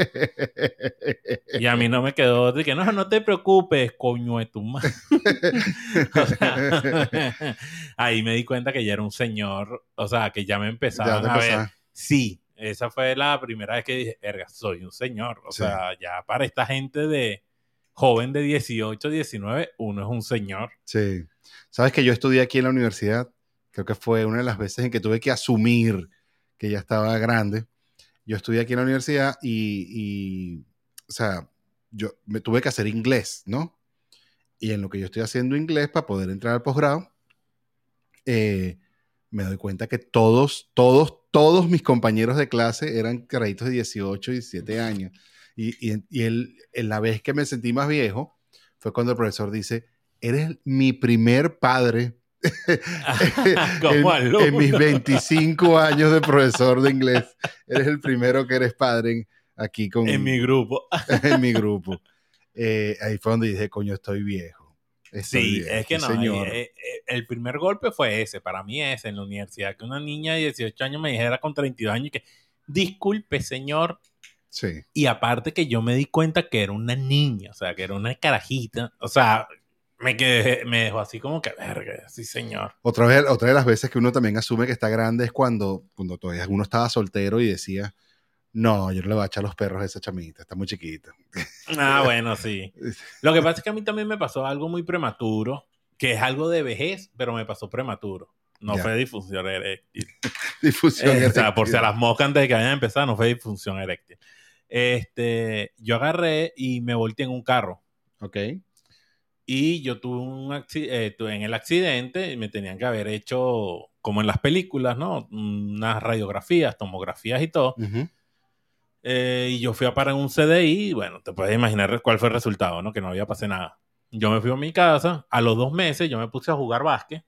Speaker 2: y a mí no me quedó otra que, no, no te preocupes, coño de tu madre. O sea, ahí me di cuenta que ya era un señor, o sea, que ya me
Speaker 1: ya
Speaker 2: empezaban
Speaker 1: te
Speaker 2: a ver.
Speaker 1: pasaba.
Speaker 2: Sí, esa fue la primera vez que dije, "Erga, soy un señor. O
Speaker 1: Sí.
Speaker 2: sea, ya para esta gente de joven de 18, 19, uno es un señor.
Speaker 1: Sí. Sabes que yo estudié aquí en la universidad. Creo que fue una de las veces en que tuve que asumir que ya estaba grande. Yo estudié aquí en la universidad y, y, o sea, yo me tuve que hacer inglés, ¿no? Y en lo que yo estoy haciendo inglés para poder entrar al posgrado, eh, me doy cuenta que todos, todos, todos mis compañeros de clase eran carajitos de 18 y 17 años. Y, y, y el- en la vez que me sentí más viejo fue cuando el profesor dice, eres mi primer padre
Speaker 2: Como
Speaker 1: en,
Speaker 2: alumno.
Speaker 1: en mis 25 años de profesor de inglés. Eres el primero que eres padre en- aquí con,
Speaker 2: En mi grupo.
Speaker 1: en mi grupo. Eh, ahí fue donde dije, coño, estoy viejo. Estoy
Speaker 2: Sí,
Speaker 1: viejo,
Speaker 2: es que no.
Speaker 1: señor.
Speaker 2: eh, eh, el primer golpe fue ese, para mí ese, en la universidad. Que una niña de 18 años me dijera con 32 años y que, disculpe, señor.
Speaker 1: Sí,
Speaker 2: Y aparte que yo me di cuenta que era una niña, o sea, que era una carajita. O sea, me, quedé, me dejó así como que, verga, sí, señor.
Speaker 1: otra, vez, otra de las veces que uno también asume que está grande es cuando, cuando todavía uno estaba soltero y decía, no, yo no le voy a echar los perros a esa chamita, está muy chiquita.
Speaker 2: Ah, bueno, sí. Lo que pasa es que a mí también me pasó algo muy prematuro, que es algo de vejez, pero me pasó prematuro. No
Speaker 1: Ya.
Speaker 2: fue eh, disfunción eréctil.
Speaker 1: Difusión.
Speaker 2: Eh, o sea, por si a
Speaker 1: eréctil.
Speaker 2: las moscas antes de que vayan a empezar, no fue disfunción eréctil. Este, yo agarré y me volteé en un carro.
Speaker 1: Ok.
Speaker 2: Y yo tuve un accidente, en el accidente y me tenían que haber hecho, como en las películas, ¿no? Unas radiografías, tomografías y todo.
Speaker 1: Ujú.
Speaker 2: Eh, y yo fui a parar en un CDI, y bueno, te puedes imaginar cuál fue el resultado, ¿no? Que no había pasado nada. Yo me fui a mi casa, a los dos meses yo me puse a jugar básquet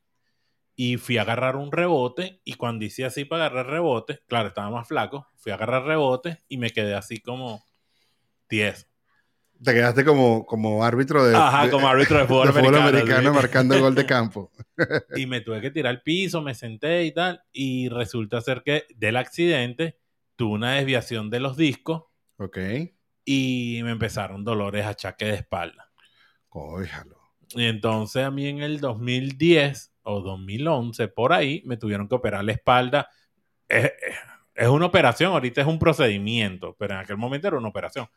Speaker 2: y fui a agarrar un rebote y cuando hice así para agarrar rebote, claro, estaba más flaco, fui a agarrar rebote y me quedé así como 10.
Speaker 1: Te quedaste como, como árbitro de,
Speaker 2: Ajá,
Speaker 1: de-
Speaker 2: como árbitro de fútbol
Speaker 1: de fútbol
Speaker 2: americano.
Speaker 1: americano
Speaker 2: ¿sí?
Speaker 1: marcando el gol de campo.
Speaker 2: y me tuve que tirar al piso, me senté y tal y resulta ser que del accidente tuve una desviación de los discos
Speaker 1: Ok.
Speaker 2: y me empezaron dolores, achaques de espalda.
Speaker 1: Cójalo.
Speaker 2: Y entonces a mí en el 2010 o 2011, por ahí, me tuvieron que operar la espalda. Es, es- es una operación, ahorita es un procedimiento, pero en aquel momento era una operación.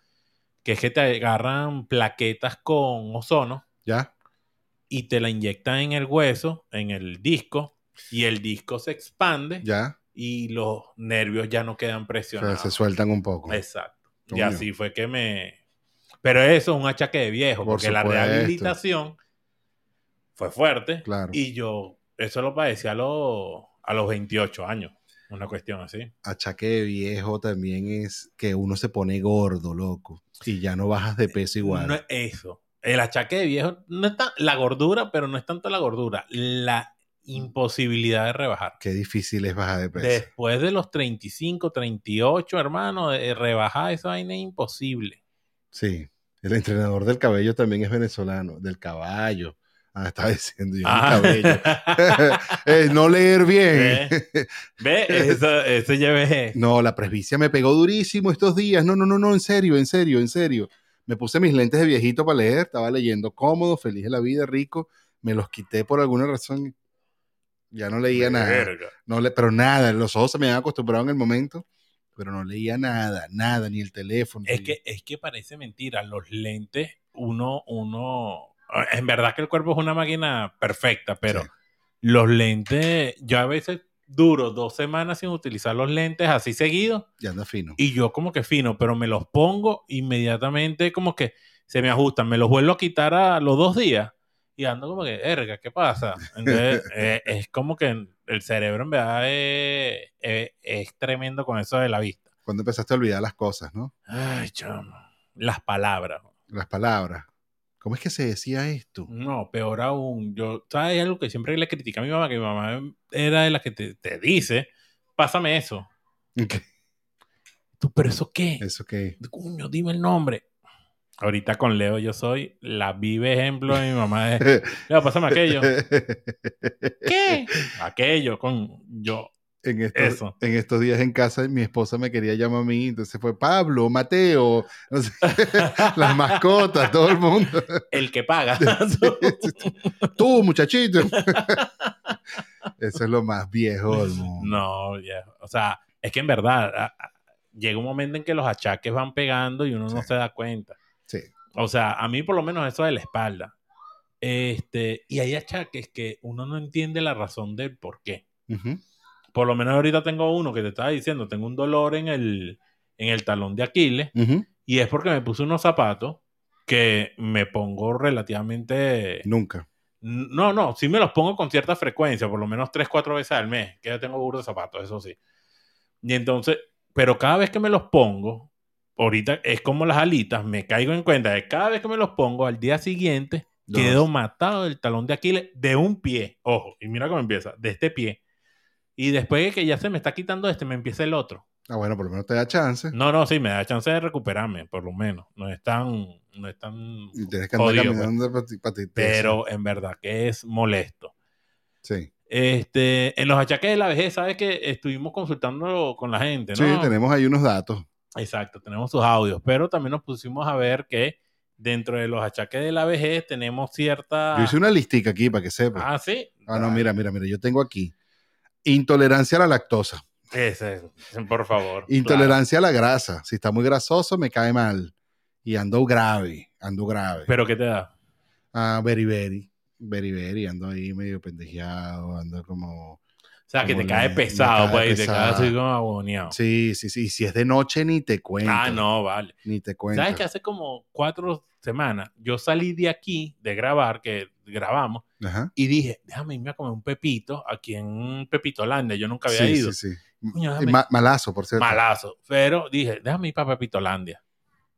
Speaker 2: Que es que te agarran plaquetas con ozono
Speaker 1: ¿Ya?
Speaker 2: y te la inyectan en el hueso, en el disco, y el disco se expande
Speaker 1: ¿Ya?
Speaker 2: y los nervios ya no quedan
Speaker 1: O sea,
Speaker 2: presionados.
Speaker 1: se sueltan un poco.
Speaker 2: Exacto. Y
Speaker 1: Coño.
Speaker 2: así fue que me. Pero eso es un achaque de viejo,
Speaker 1: Por
Speaker 2: porque la
Speaker 1: supuesto.
Speaker 2: rehabilitación fue fuerte.
Speaker 1: Claro.
Speaker 2: Y yo, eso lo padecí a, los a los 28 años. Una cuestión así.
Speaker 1: achaque de viejo también es que uno se pone gordo, loco, y ya no bajas de peso igual.
Speaker 2: No es eso. El achaque de viejo no es tan- la gordura, pero no es tanto la gordura, la imposibilidad de rebajar.
Speaker 1: Qué difícil es bajar de peso.
Speaker 2: Después de los 35, 38, hermano, de- de rebajar esa vaina es imposible.
Speaker 1: Sí. El entrenador del cabello también es venezolano, del caballo. Ah, estaba diciendo yo,
Speaker 2: Ah.
Speaker 1: el cabello. Eh, no leer bien.
Speaker 2: ¿Ve? ¿Ve? Eso, eso ya ves.
Speaker 1: No, la presbicia me pegó durísimo estos días. No, no, no, no, en serio, en serio, en serio. Me puse mis lentes de viejito para leer, estaba leyendo cómodo, feliz de la vida, rico. Me los quité por alguna razón. Ya no leía nada.
Speaker 2: Verga.
Speaker 1: No le, pero nada, los ojos se me habían acostumbrado en el momento, pero no leía nada, nada, ni el teléfono.
Speaker 2: Es
Speaker 1: ni-
Speaker 2: que, es que parece mentira. Los lentes, uno, uno. ah, En verdad que el cuerpo es una máquina perfecta, pero
Speaker 1: Sí.
Speaker 2: los lentes, yo a veces duro dos semanas sin utilizar los lentes así seguido
Speaker 1: Ya anda fino.
Speaker 2: y yo como que fino, pero me los pongo inmediatamente como que se me ajustan, me los vuelvo a quitar a los dos días y ando como que, erga, ¿qué pasa? Entonces eh, es como que el cerebro en verdad es, es- es tremendo con eso de la vista.
Speaker 1: Cuando empezaste a olvidar las cosas, ¿no?
Speaker 2: Ay, chamo. Las palabras.
Speaker 1: Las palabras. ¿Cómo es que se decía esto?
Speaker 2: No, peor aún. Yo, ¿sabes algo que siempre le critica a mi mamá? Que mi mamá era de las que te, te dice, pásame eso. Mm.
Speaker 1: ¿Qué?
Speaker 2: ¿Tú, pero eso qué?
Speaker 1: ¿Eso qué?
Speaker 2: Coño, dime el nombre. Ahorita con Leo yo soy la vive ejemplo de mi mamá. De, Leo, pásame aquello. ¿Qué? Aquello, con yo.
Speaker 1: en, estos,
Speaker 2: Eso.
Speaker 1: en estos días en casa, mi esposa me quería llamar a mí, entonces fue Pablo, Mateo, no sé, las mascotas, todo el mundo.
Speaker 2: El que paga.
Speaker 1: Tú, muchachito. Eso es lo más viejo del mundo.
Speaker 2: no, ya. O sea, es que en verdad a- a- llega un momento en que los achaques van pegando y uno no
Speaker 1: Sí.
Speaker 2: se da cuenta.
Speaker 1: Sí.
Speaker 2: O sea, a mí por lo menos eso de la espalda. Este, y hay achaques que uno no entiende la razón del por qué.
Speaker 1: Ujú.
Speaker 2: Por lo menos ahorita tengo uno que te estaba diciendo, tengo un dolor en el, en el talón de Aquiles
Speaker 1: Ujú.
Speaker 2: y es porque me puse unos zapatos que me pongo relativamente...
Speaker 1: Nunca.
Speaker 2: No, no, sí me los pongo con cierta frecuencia, por lo menos tres, cuatro veces al mes, que yo tengo burro de zapatos, eso sí. Y entonces, pero cada vez que me los pongo, ahorita es como las alitas, me caigo en cuenta de que cada vez que me los pongo, al día siguiente,
Speaker 1: Los-
Speaker 2: quedo matado del talón de Aquiles de un pie, ojo, y mira cómo empieza, de este pie. Y después de que ya se me está quitando este, me empieza el otro.
Speaker 1: Ah, bueno, por lo menos te da chance.
Speaker 2: No, no, sí, me da chance de recuperarme, por lo menos. No es tan, no es tan
Speaker 1: Y tienes que andar
Speaker 2: Jodido,
Speaker 1: caminando para ti. pa' ti-
Speaker 2: pues. pero en verdad que es molesto.
Speaker 1: Sí,
Speaker 2: Este, en los achaques de la vejez, sabes que estuvimos consultando con la gente, ¿no?
Speaker 1: sí tenemos ahí unos datos.
Speaker 2: Exacto, tenemos sus audios, pero también nos pusimos a ver que dentro de los achaques de la vejez tenemos cierta...
Speaker 1: Yo hice una listica aquí para que sepas.
Speaker 2: Ah, sí.
Speaker 1: Ah, no, mira, mira, mira, yo tengo aquí. Intolerancia a la lactosa,
Speaker 2: Ah, Ese, es, por favor.
Speaker 1: intolerancia a la grasa. Si está muy grasoso, me cae mal. Y ando grave, ando grave.
Speaker 2: Claro. Pero ¿qué te da?
Speaker 1: Ah, beriberi, beriberi, ando ahí medio pendejeado, ando como...
Speaker 2: O sea, que
Speaker 1: Como
Speaker 2: te
Speaker 1: la-
Speaker 2: cae
Speaker 1: me
Speaker 2: pesado,
Speaker 1: cae
Speaker 2: pues, y te cae
Speaker 1: pesado.
Speaker 2: así como agoniado.
Speaker 1: Sí, sí, sí. Y si es de noche, ni te cuento.
Speaker 2: ah, no, vale.
Speaker 1: Ni te cuento.
Speaker 2: ¿Sabes que hace como cuatro semanas yo salí de aquí, de grabar, que grabamos,
Speaker 1: Ajá.
Speaker 2: y dije, déjame irme a comer un pepito aquí en Pepitolandia. Yo nunca había
Speaker 1: sí,
Speaker 2: ido.
Speaker 1: sí, sí.
Speaker 2: Coño,
Speaker 1: Y
Speaker 2: déjame-
Speaker 1: ma- malazo, por cierto.
Speaker 2: Malazo. Pero dije, déjame ir para Pepitolandia.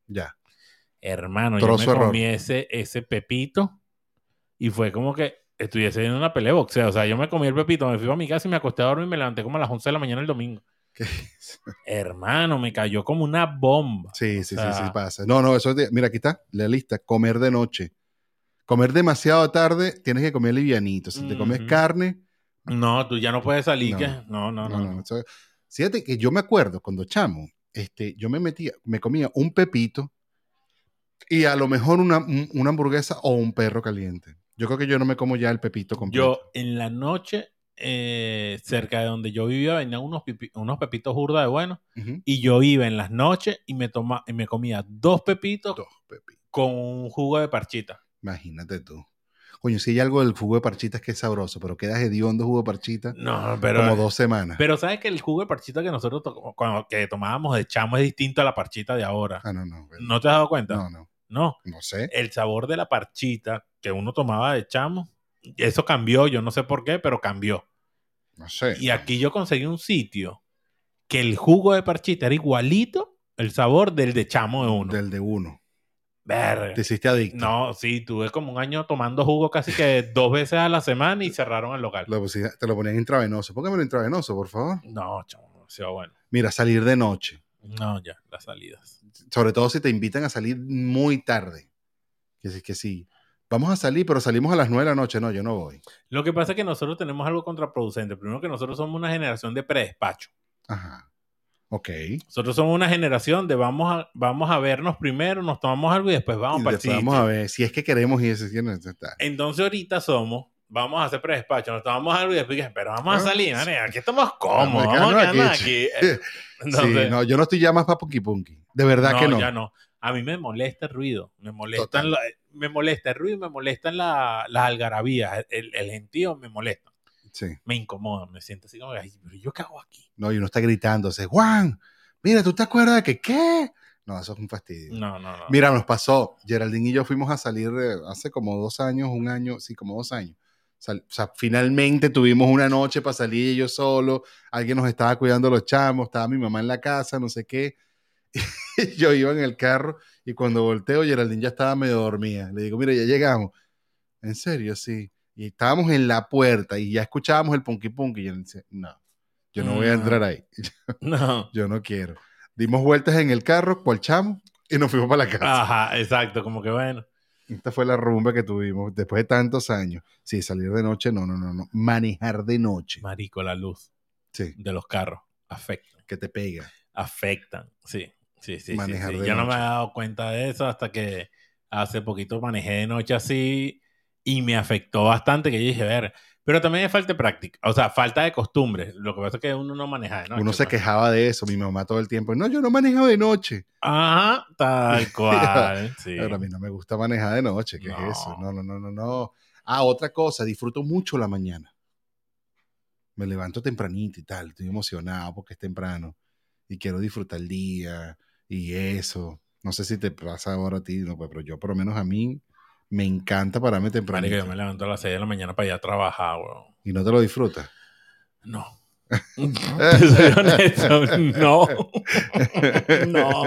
Speaker 1: Ya.
Speaker 2: Hermano,
Speaker 1: Trozo
Speaker 2: yo me
Speaker 1: error.
Speaker 2: comí ese, ese pepito y fue como que estuviese en una pelea de boxeo. O sea, yo me comí el pepito, me fui a mi casa y me acosté a dormir y me levanté como a las 11 de la mañana el domingo.
Speaker 1: ¿Qué?
Speaker 2: Hermano, me cayó como una bomba.
Speaker 1: Sí, sí,
Speaker 2: sea-
Speaker 1: sí, sí, pasa. No, no, eso. te- mira, aquí está la lista. Comer de noche. Comer demasiado tarde, tienes que comer livianito. Si te comes
Speaker 2: Ujú.
Speaker 1: carne.
Speaker 2: No, tú ya no puedes salir.
Speaker 1: No.
Speaker 2: ¿qué? No,
Speaker 1: No,
Speaker 2: no, no.
Speaker 1: no, eso- fíjate que yo me acuerdo cuando chamo, este, yo me metía, me comía un pepito y a lo mejor una, un- una hamburguesa o un perro caliente. Yo creo que yo no me como ya el pepito completo.
Speaker 2: Yo en la noche, eh, cerca de donde yo vivía, vendían unos, pipi- unos pepitos burda de buenos.
Speaker 1: Ujú.
Speaker 2: Y yo iba en las noches y me, toma, y me comía dos pepitos
Speaker 1: Dos pepitos.
Speaker 2: con un jugo de parchita.
Speaker 1: Imagínate tú. Coño, si hay algo del jugo de parchita es que es sabroso, pero quedas hediondo jugo de parchita
Speaker 2: No, pero.
Speaker 1: como dos semanas.
Speaker 2: Pero sabes que el jugo de parchita que nosotros to- cuando- que tomábamos de chamo es distinto a la parchita de ahora.
Speaker 1: ah, no, no. bueno.
Speaker 2: ¿No te has dado cuenta?
Speaker 1: No, no.
Speaker 2: No.
Speaker 1: No sé.
Speaker 2: El sabor de la parchita que uno tomaba de chamo, eso cambió, yo no sé por qué, pero cambió.
Speaker 1: No sé.
Speaker 2: Y aquí yo conseguí un sitio que el jugo de parchita era igualito el sabor del de chamo de uno.
Speaker 1: Del de uno.
Speaker 2: Verga.
Speaker 1: Te hiciste adicto.
Speaker 2: No, sí, tuve como un año tomando jugo casi que dos veces a la semana y cerraron el local.
Speaker 1: Lo pusiste- te lo ponían intravenoso. Póngamelo intravenoso, por favor.
Speaker 2: No, chamo, ha sido bueno.
Speaker 1: Mira, salir de noche.
Speaker 2: No, ya, las salidas.
Speaker 1: Sobre todo si te invitan a salir muy tarde. Que sí, que sí. Vamos a salir, pero salimos a las nueve de la noche. No, yo no voy.
Speaker 2: Lo que pasa es que nosotros tenemos algo contraproducente. Primero que nosotros somos una generación de predespacho.
Speaker 1: Ajá. Ok.
Speaker 2: Nosotros somos una generación de vamos a, vamos a vernos primero, nos tomamos algo y después vamos
Speaker 1: Y
Speaker 2: para el
Speaker 1: después
Speaker 2: sitio.
Speaker 1: vamos a ver si es que queremos y ese está.
Speaker 2: Entonces ahorita somos, vamos a hacer predespacho, nos tomamos algo y después, dije, pero vamos a
Speaker 1: Ah,
Speaker 2: salir,
Speaker 1: sí.
Speaker 2: manera, aquí estamos cómodos,
Speaker 1: Vamos a
Speaker 2: vamos a
Speaker 1: quedarnos
Speaker 2: quedarnos
Speaker 1: aquí,
Speaker 2: aquí. Eh,
Speaker 1: che.
Speaker 2: Entonces,
Speaker 1: sí, no, yo no estoy ya más para Punky Punky. De verdad
Speaker 2: no,
Speaker 1: que no.
Speaker 2: ya no. A mí me molesta el ruido, me
Speaker 1: Total.
Speaker 2: molestan la- me molesta el ruido, y me molestan la- las algarabías, el, el gentío me molesta,
Speaker 1: Sí.
Speaker 2: me incomoda, me siento así como, ay, pero yo qué hago aquí.
Speaker 1: No, y uno está gritándose, Juan, mira, ¿tú te acuerdas de que qué? No, eso es un fastidio.
Speaker 2: No, no, no.
Speaker 1: Mira, nos pasó. Geraldine y yo fuimos a salir eh, hace como dos años, un año, sí, como dos años. Sal- o sea, finalmente tuvimos una noche para salir yo solo. Alguien nos estaba cuidando los chamos, estaba mi mamá en la casa, no sé qué. Y yo iba en el carro y cuando volteo, Geraldine ya estaba medio dormida. Le digo, mira, ya llegamos. En serio, sí. Y estábamos en la puerta y ya escuchábamos el punky punky. Y yo le decía, no, yo no voy a
Speaker 2: No.
Speaker 1: entrar ahí.
Speaker 2: No.
Speaker 1: Yo no quiero. Dimos vueltas en el carro, cual chamo, y nos fuimos para la casa.
Speaker 2: Ajá, exacto, como que bueno.
Speaker 1: Esta fue la rumba que tuvimos después de tantos años. Sí, salir de noche, no, no, no, no. Manejar de noche.
Speaker 2: Marico, la luz
Speaker 1: Sí,
Speaker 2: de los carros afectan.
Speaker 1: que te pega.
Speaker 2: Afectan, sí. Sí, sí, sí,
Speaker 1: Manejar
Speaker 2: sí.
Speaker 1: de
Speaker 2: Yo no me
Speaker 1: noche.
Speaker 2: había dado cuenta de eso hasta que hace poquito manejé de noche así y me afectó bastante que yo dije, ver, pero también es falta de práctica, o sea, falta de costumbre. Lo que pasa es que uno no maneja de noche.
Speaker 1: Uno se
Speaker 2: pues.
Speaker 1: quejaba de eso, mi mamá todo el tiempo. No, yo no manejo de noche.
Speaker 2: Ajá, tal cual. sí.
Speaker 1: Pero a mí no me gusta manejar de noche, ¿qué
Speaker 2: No.
Speaker 1: es eso? No, no, no, no, no. Ah, otra cosa, disfruto mucho la mañana. Me levanto tempranito y tal, estoy emocionado porque es temprano y quiero disfrutar el pues, día y eso. No sé si te pasa ahora a ti, no, pero yo por lo menos a mí Me encanta pararme temprano.
Speaker 2: Marico, yo me levanto a las 6 de la mañana para ir a trabajar, weón.
Speaker 1: Y no te lo disfrutas.
Speaker 2: No. Te soy honesto, no. no.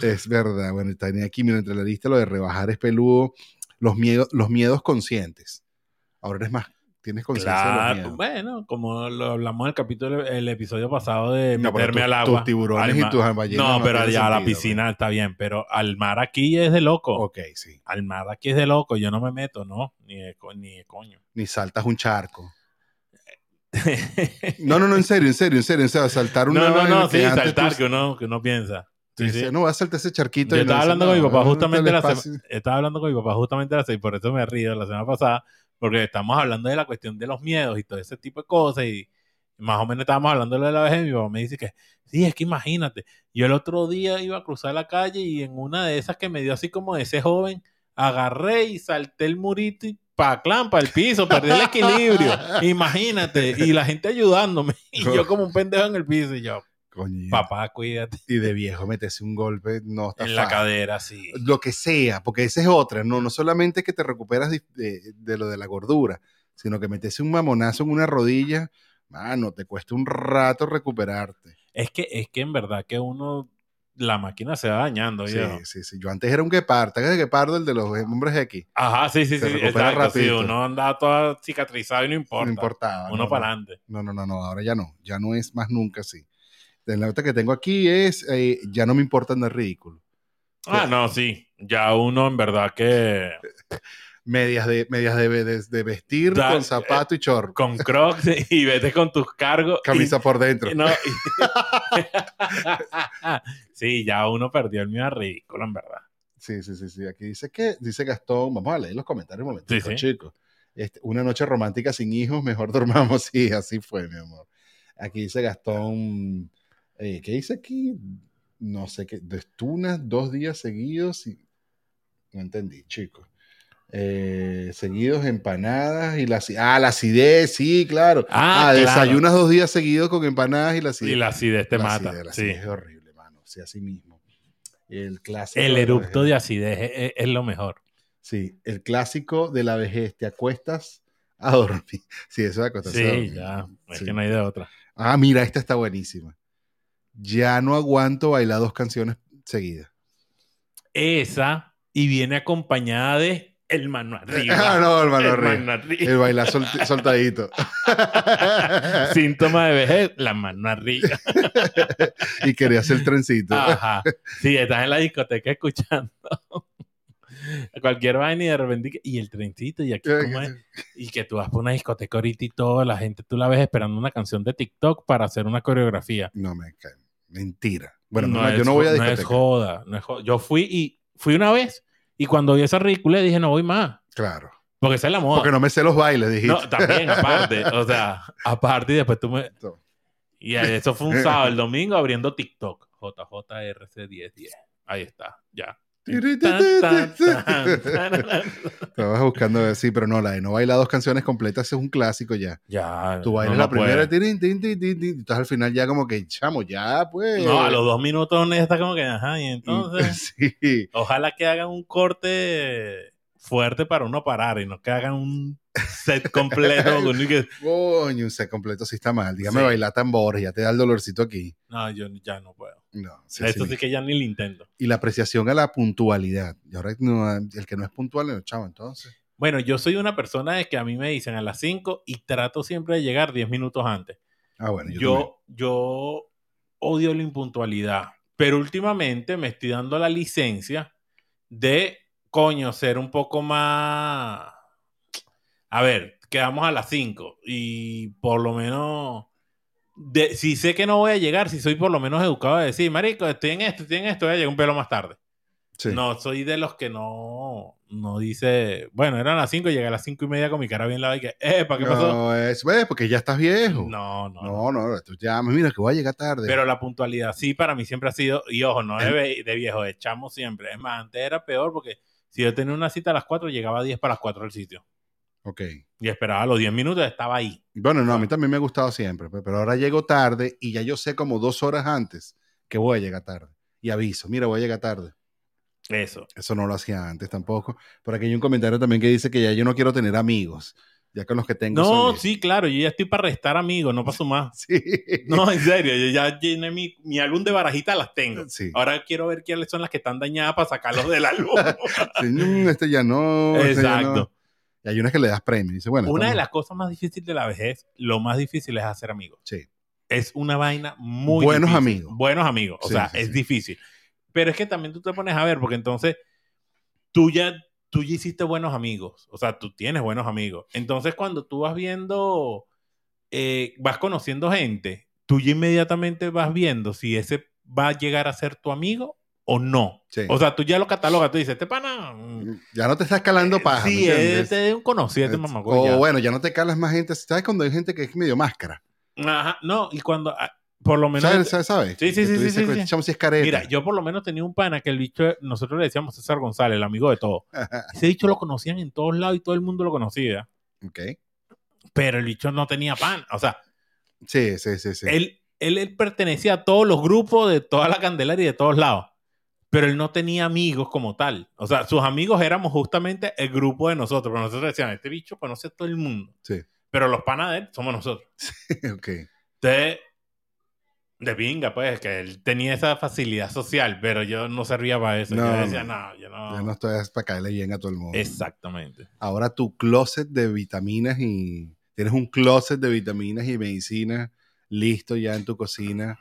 Speaker 1: Es verdad. Bueno, tenía aquí, mira, entre la lista lo de rebajar es peludo. Los miedos, los miedos conscientes. Ahora eres más, tienes conciencia de los
Speaker 2: Claro,
Speaker 1: miedos.
Speaker 2: bueno, como lo hablamos en el capítulo, el episodio pasado de
Speaker 1: No, pero
Speaker 2: meterme
Speaker 1: tus-
Speaker 2: al agua.
Speaker 1: Tus tiburones
Speaker 2: al
Speaker 1: y
Speaker 2: mar.
Speaker 1: tus ballenas.
Speaker 2: No, pero
Speaker 1: tienen
Speaker 2: ya a la
Speaker 1: sentido,
Speaker 2: piscina está bien, pero al mar aquí es de loco.
Speaker 1: pues. Ok, sí.
Speaker 2: Al mar aquí es de loco, yo no me meto, no, ni de, co- ni de coño.
Speaker 1: Ni saltas un charco. No, no, no, en serio, en serio, en serio. En serio saltar
Speaker 2: no,
Speaker 1: una
Speaker 2: no,
Speaker 1: vaina
Speaker 2: no,
Speaker 1: que
Speaker 2: sí,
Speaker 1: antes
Speaker 2: saltar
Speaker 1: tú-
Speaker 2: que uno, que uno piensa. Sí,
Speaker 1: dice,
Speaker 2: sí.
Speaker 1: No, voy a saltar ese charquito.
Speaker 2: Yo
Speaker 1: y no
Speaker 2: estaba
Speaker 1: dice,
Speaker 2: hablando con mi
Speaker 1: "No,
Speaker 2: papá
Speaker 1: no, no,
Speaker 2: justamente la
Speaker 1: espacio".
Speaker 2: Estaba hablando con mi papá justamente la y por eso me río la semana pasada, porque estamos hablando de la cuestión de los miedos y todo ese tipo de cosas y más o menos estábamos hablando de lo de la vejez y mi papá me dice que, sí, es que imagínate, yo el otro día iba a cruzar la calle y en una de esas que me dio así como de ese joven, agarré y salté el murito y pa' clan, para el piso, perdí el equilibrio, imagínate, y la gente ayudándome y yo como un pendejo en el piso y yo,
Speaker 1: Coño, y-
Speaker 2: papá, cuídate,
Speaker 1: Y de viejo meterse un golpe no está
Speaker 2: en la
Speaker 1: fácil.
Speaker 2: cadera, sí.
Speaker 1: lo que sea, porque esa es otra, no, no solamente que te recuperas de, de- de lo de la gordura, sino que metes un mamonazo en una rodilla, mano, te cuesta un rato recuperarte.
Speaker 2: Es que, es que en verdad que uno, la máquina se va dañando.
Speaker 1: Sí,
Speaker 2: ¿oyeron?
Speaker 1: sí, sí. Yo antes era un guepardo, ¿te acuerdas del guepardo, el de los hombres X?
Speaker 2: Ajá, sí, sí, sí.
Speaker 1: Se recupera
Speaker 2: exacto, sí,
Speaker 1: rapidito.
Speaker 2: uno anda todo cicatrizado y no importa.
Speaker 1: No importaba.
Speaker 2: Uno
Speaker 1: no, no.
Speaker 2: para adelante.
Speaker 1: No, no, no, no, ahora ya no, ya no es más nunca así. De La otra que tengo aquí es, eh, ya no me importa andar ridículo.
Speaker 2: Ah, no, sí. Ya uno en verdad que
Speaker 1: Medias de, medias de, de- de vestir
Speaker 2: Da- eh,
Speaker 1: con zapato y chorro,
Speaker 2: con crocs y vete con tus cargos. y-
Speaker 1: camisa por dentro.
Speaker 2: y no, y- sí, ya uno perdió el miedo a ridículo, en verdad.
Speaker 1: Sí, sí, sí, sí. Aquí dice que, dice Gastón, vamos a leer los comentarios un momentito,
Speaker 2: Sí, sí.
Speaker 1: chicos. Este, una noche romántica sin hijos, mejor dormamos. Sí, así fue, mi amor. Aquí dice Gastón, eh, ¿qué dice aquí? No sé qué, destunas dos días seguidos y... No entendí, chicos. Eh, seguidos empanadas y la... aci- Ah, la acidez, sí, claro.
Speaker 2: Ah, claro.
Speaker 1: desayunas dos días seguidos con empanadas y la acidez.
Speaker 2: Y la acidez te
Speaker 1: La
Speaker 2: mata.
Speaker 1: acidez, la
Speaker 2: sí.
Speaker 1: acidez es horrible, mano. Sí, así mismo. El clásico...
Speaker 2: El
Speaker 1: de la
Speaker 2: erupto
Speaker 1: vejez.
Speaker 2: de acidez es, es- es lo mejor.
Speaker 1: Sí, el clásico de la vejez, te acuestas a dormir. Sí, eso de acostarse a
Speaker 2: Sí,
Speaker 1: dormir.
Speaker 2: ya. Es
Speaker 1: Sí.
Speaker 2: que no hay de otra.
Speaker 1: Ah, mira, esta está buenísima. Ya no aguanto bailar dos canciones seguidas.
Speaker 2: esa y viene acompañada de el mano arriba.
Speaker 1: Ah, no,
Speaker 2: el
Speaker 1: hermano, ríe.
Speaker 2: mano arriba.
Speaker 1: El bailar sol- soltadito.
Speaker 2: Síntoma de vejez, la mano arriba.
Speaker 1: y quería hacer el trencito.
Speaker 2: Ajá. Sí, estás en la discoteca escuchando cualquier vaina y de repente que- y el trencito y aquí
Speaker 1: Eh,
Speaker 2: como es. y que tú vas por una discoteca ahorita y toda la gente tú la ves esperando una canción de TikTok para hacer una coreografía.
Speaker 1: No me cae. Mentira. Bueno, no,
Speaker 2: es
Speaker 1: yo no voy a
Speaker 2: jo- No es
Speaker 1: discoteca.
Speaker 2: joda, no es joda. Yo fui y fui una vez y cuando vi esa ridícula dije no voy más,
Speaker 1: claro.
Speaker 2: porque esa es la moda.
Speaker 1: Porque no me sé los bailes, dijiste.
Speaker 2: No, también, aparte. O sea, aparte y después tú me...
Speaker 1: No.
Speaker 2: Y eso fue un sábado, el domingo, abriendo TikTok. JJRC1010. Ahí está, ya. Tan, tan, tan, tan.
Speaker 1: Estabas buscando ver, sí, pero no, la de no bailar dos canciones completas es un clásico ya.
Speaker 2: Ya.
Speaker 1: Tú bailas
Speaker 2: no
Speaker 1: la
Speaker 2: puede.
Speaker 1: primera, tirin, tin, tin, tin, tin, y estás al final ya como que, chamo, ya, pues.
Speaker 2: No, a los dos minutos uno está como que, ajá, y entonces...
Speaker 1: sí.
Speaker 2: Ojalá que hagan un corte fuerte para uno parar y no que hagan un set completo. con uno y que-
Speaker 1: Coño, un set completo sí está mal. Dígame
Speaker 2: Sí.
Speaker 1: bailar tambores, ya te da el dolorcito aquí.
Speaker 2: No, yo ya no puedo.
Speaker 1: No, sí,
Speaker 2: Esto
Speaker 1: sí.
Speaker 2: sí que ya ni lo intento.
Speaker 1: Y la apreciación a la puntualidad. Y ahora no, el que no es puntual, no, chavo, entonces.
Speaker 2: Bueno, yo soy una persona de que a mí me dicen a las 5 y trato siempre de llegar 10 minutos antes.
Speaker 1: Ah, bueno, yo. también.
Speaker 2: yo, yo odio la impuntualidad, pero últimamente me estoy dando la licencia de, coño, ser un poco más... A ver, quedamos a las 5 y por lo menos... de- si sé que no voy a llegar, si soy por lo menos educado de decir, marico, estoy en esto, estoy en esto, voy a llegar un pelo más tarde.
Speaker 1: Sí.
Speaker 2: No, soy de los que no, no dice, bueno, eran las 5 y llegué a las 5 y media con mi cara bien lava y que, eh, ¿para qué pasó?
Speaker 1: No, es, ves, porque ya estás viejo.
Speaker 2: No, no,
Speaker 1: No,
Speaker 2: no.
Speaker 1: no, tú llamas, mira que voy a llegar tarde.
Speaker 2: Pero la puntualidad sí para mí siempre ha sido, y ojo, no de,
Speaker 1: El-
Speaker 2: ve- de viejo, de chamo siempre. Es más, antes era peor porque si yo tenía una cita a las 4, llegaba a 10 para las 4 al sitio.
Speaker 1: ok.
Speaker 2: Y esperaba los 10 minutos, estaba ahí.
Speaker 1: Bueno, no, a mí también me ha gustado siempre, pues, pero ahora llego tarde y ya yo sé como dos horas antes que voy a llegar tarde. Y aviso, mira, voy a llegar tarde.
Speaker 2: Eso.
Speaker 1: Eso no lo hacía antes tampoco. Por aquí hay un comentario también que dice que ya yo no quiero tener amigos, ya con los que tengo.
Speaker 2: No,
Speaker 1: son-
Speaker 2: sí, claro, yo ya estoy para restar amigos, no paso más.
Speaker 1: Sí.
Speaker 2: No, en serio, yo ya llené mi, mi álbum de barajitas, las tengo.
Speaker 1: Sí.
Speaker 2: Ahora quiero ver quiénes son las que están dañadas para sacarlos del álbum.
Speaker 1: Sí, mm, este ya no. este ya no.
Speaker 2: Exacto.
Speaker 1: Y hay unas que le das premio. y Dice, bueno,
Speaker 2: Una de
Speaker 1: estamos-
Speaker 2: las cosas más difíciles de la vejez, lo más difícil es hacer amigos.
Speaker 1: Sí.
Speaker 2: Es una vaina muy
Speaker 1: Buenos
Speaker 2: difícil.
Speaker 1: amigos.
Speaker 2: Buenos amigos. O
Speaker 1: Sí,
Speaker 2: sea,
Speaker 1: sí,
Speaker 2: es
Speaker 1: sí.
Speaker 2: difícil. Pero es que también tú te pones a ver, porque entonces tú ya, tú ya hiciste buenos amigos. O sea, tú tienes buenos amigos. Entonces, cuando tú vas viendo, eh, vas conociendo gente, tú ya inmediatamente vas viendo si ese va a llegar a ser tu amigo o no.
Speaker 1: Sí.
Speaker 2: O sea, tú ya lo catalogas, tú dices, este pana. mm,
Speaker 1: Ya no te estás calando paja. ¿me
Speaker 2: eh, Sí,
Speaker 1: entiendes?
Speaker 2: este es un conocido, este
Speaker 1: Es-
Speaker 2: mamacuevo, ya.
Speaker 1: o bueno, ya no te calas más gente. ¿Sabes cuando hay gente que es medio máscara?
Speaker 2: Ajá, no, y cuando, ah, por lo menos,
Speaker 1: ¿Sabes? ¿Sabes? ¿Sabes?
Speaker 2: Sí,
Speaker 1: Que
Speaker 2: sí, sí,
Speaker 1: tú
Speaker 2: sí,
Speaker 1: dices,
Speaker 2: sí,
Speaker 1: "Coño,
Speaker 2: sí.
Speaker 1: chamo, sí es careta.
Speaker 2: mira, yo por lo menos tenía un pana que el bicho, nosotros le decíamos César González, el amigo de todo.
Speaker 1: Ajá.
Speaker 2: Ese bicho lo conocían en todos lados y todo el mundo lo conocía,
Speaker 1: Ok.
Speaker 2: pero el bicho no tenía pan. O sea,
Speaker 1: Sí, sí, sí, sí.
Speaker 2: él, él, él pertenecía a todos los grupos de toda la Candelaria y de todos lados, pero él no tenía amigos como tal. O sea, sus amigos éramos justamente el grupo de nosotros, pero nosotros decíamos, este bicho conoce a todo el mundo,
Speaker 1: Sí.
Speaker 2: pero los panas de él somos nosotros. Eh,
Speaker 1: Ok.
Speaker 2: de, de pinga, pues, que él tenía esa facilidad social, pero yo no servía para eso.
Speaker 1: No,
Speaker 2: yo decía,
Speaker 1: no.
Speaker 2: no, yo no.
Speaker 1: Ya no estoy para caerle bien a todo el mundo.
Speaker 2: Exactamente.
Speaker 1: Ahora tu closet de vitaminas y... Tienes un closet de vitaminas y medicinas listo ya en tu cocina,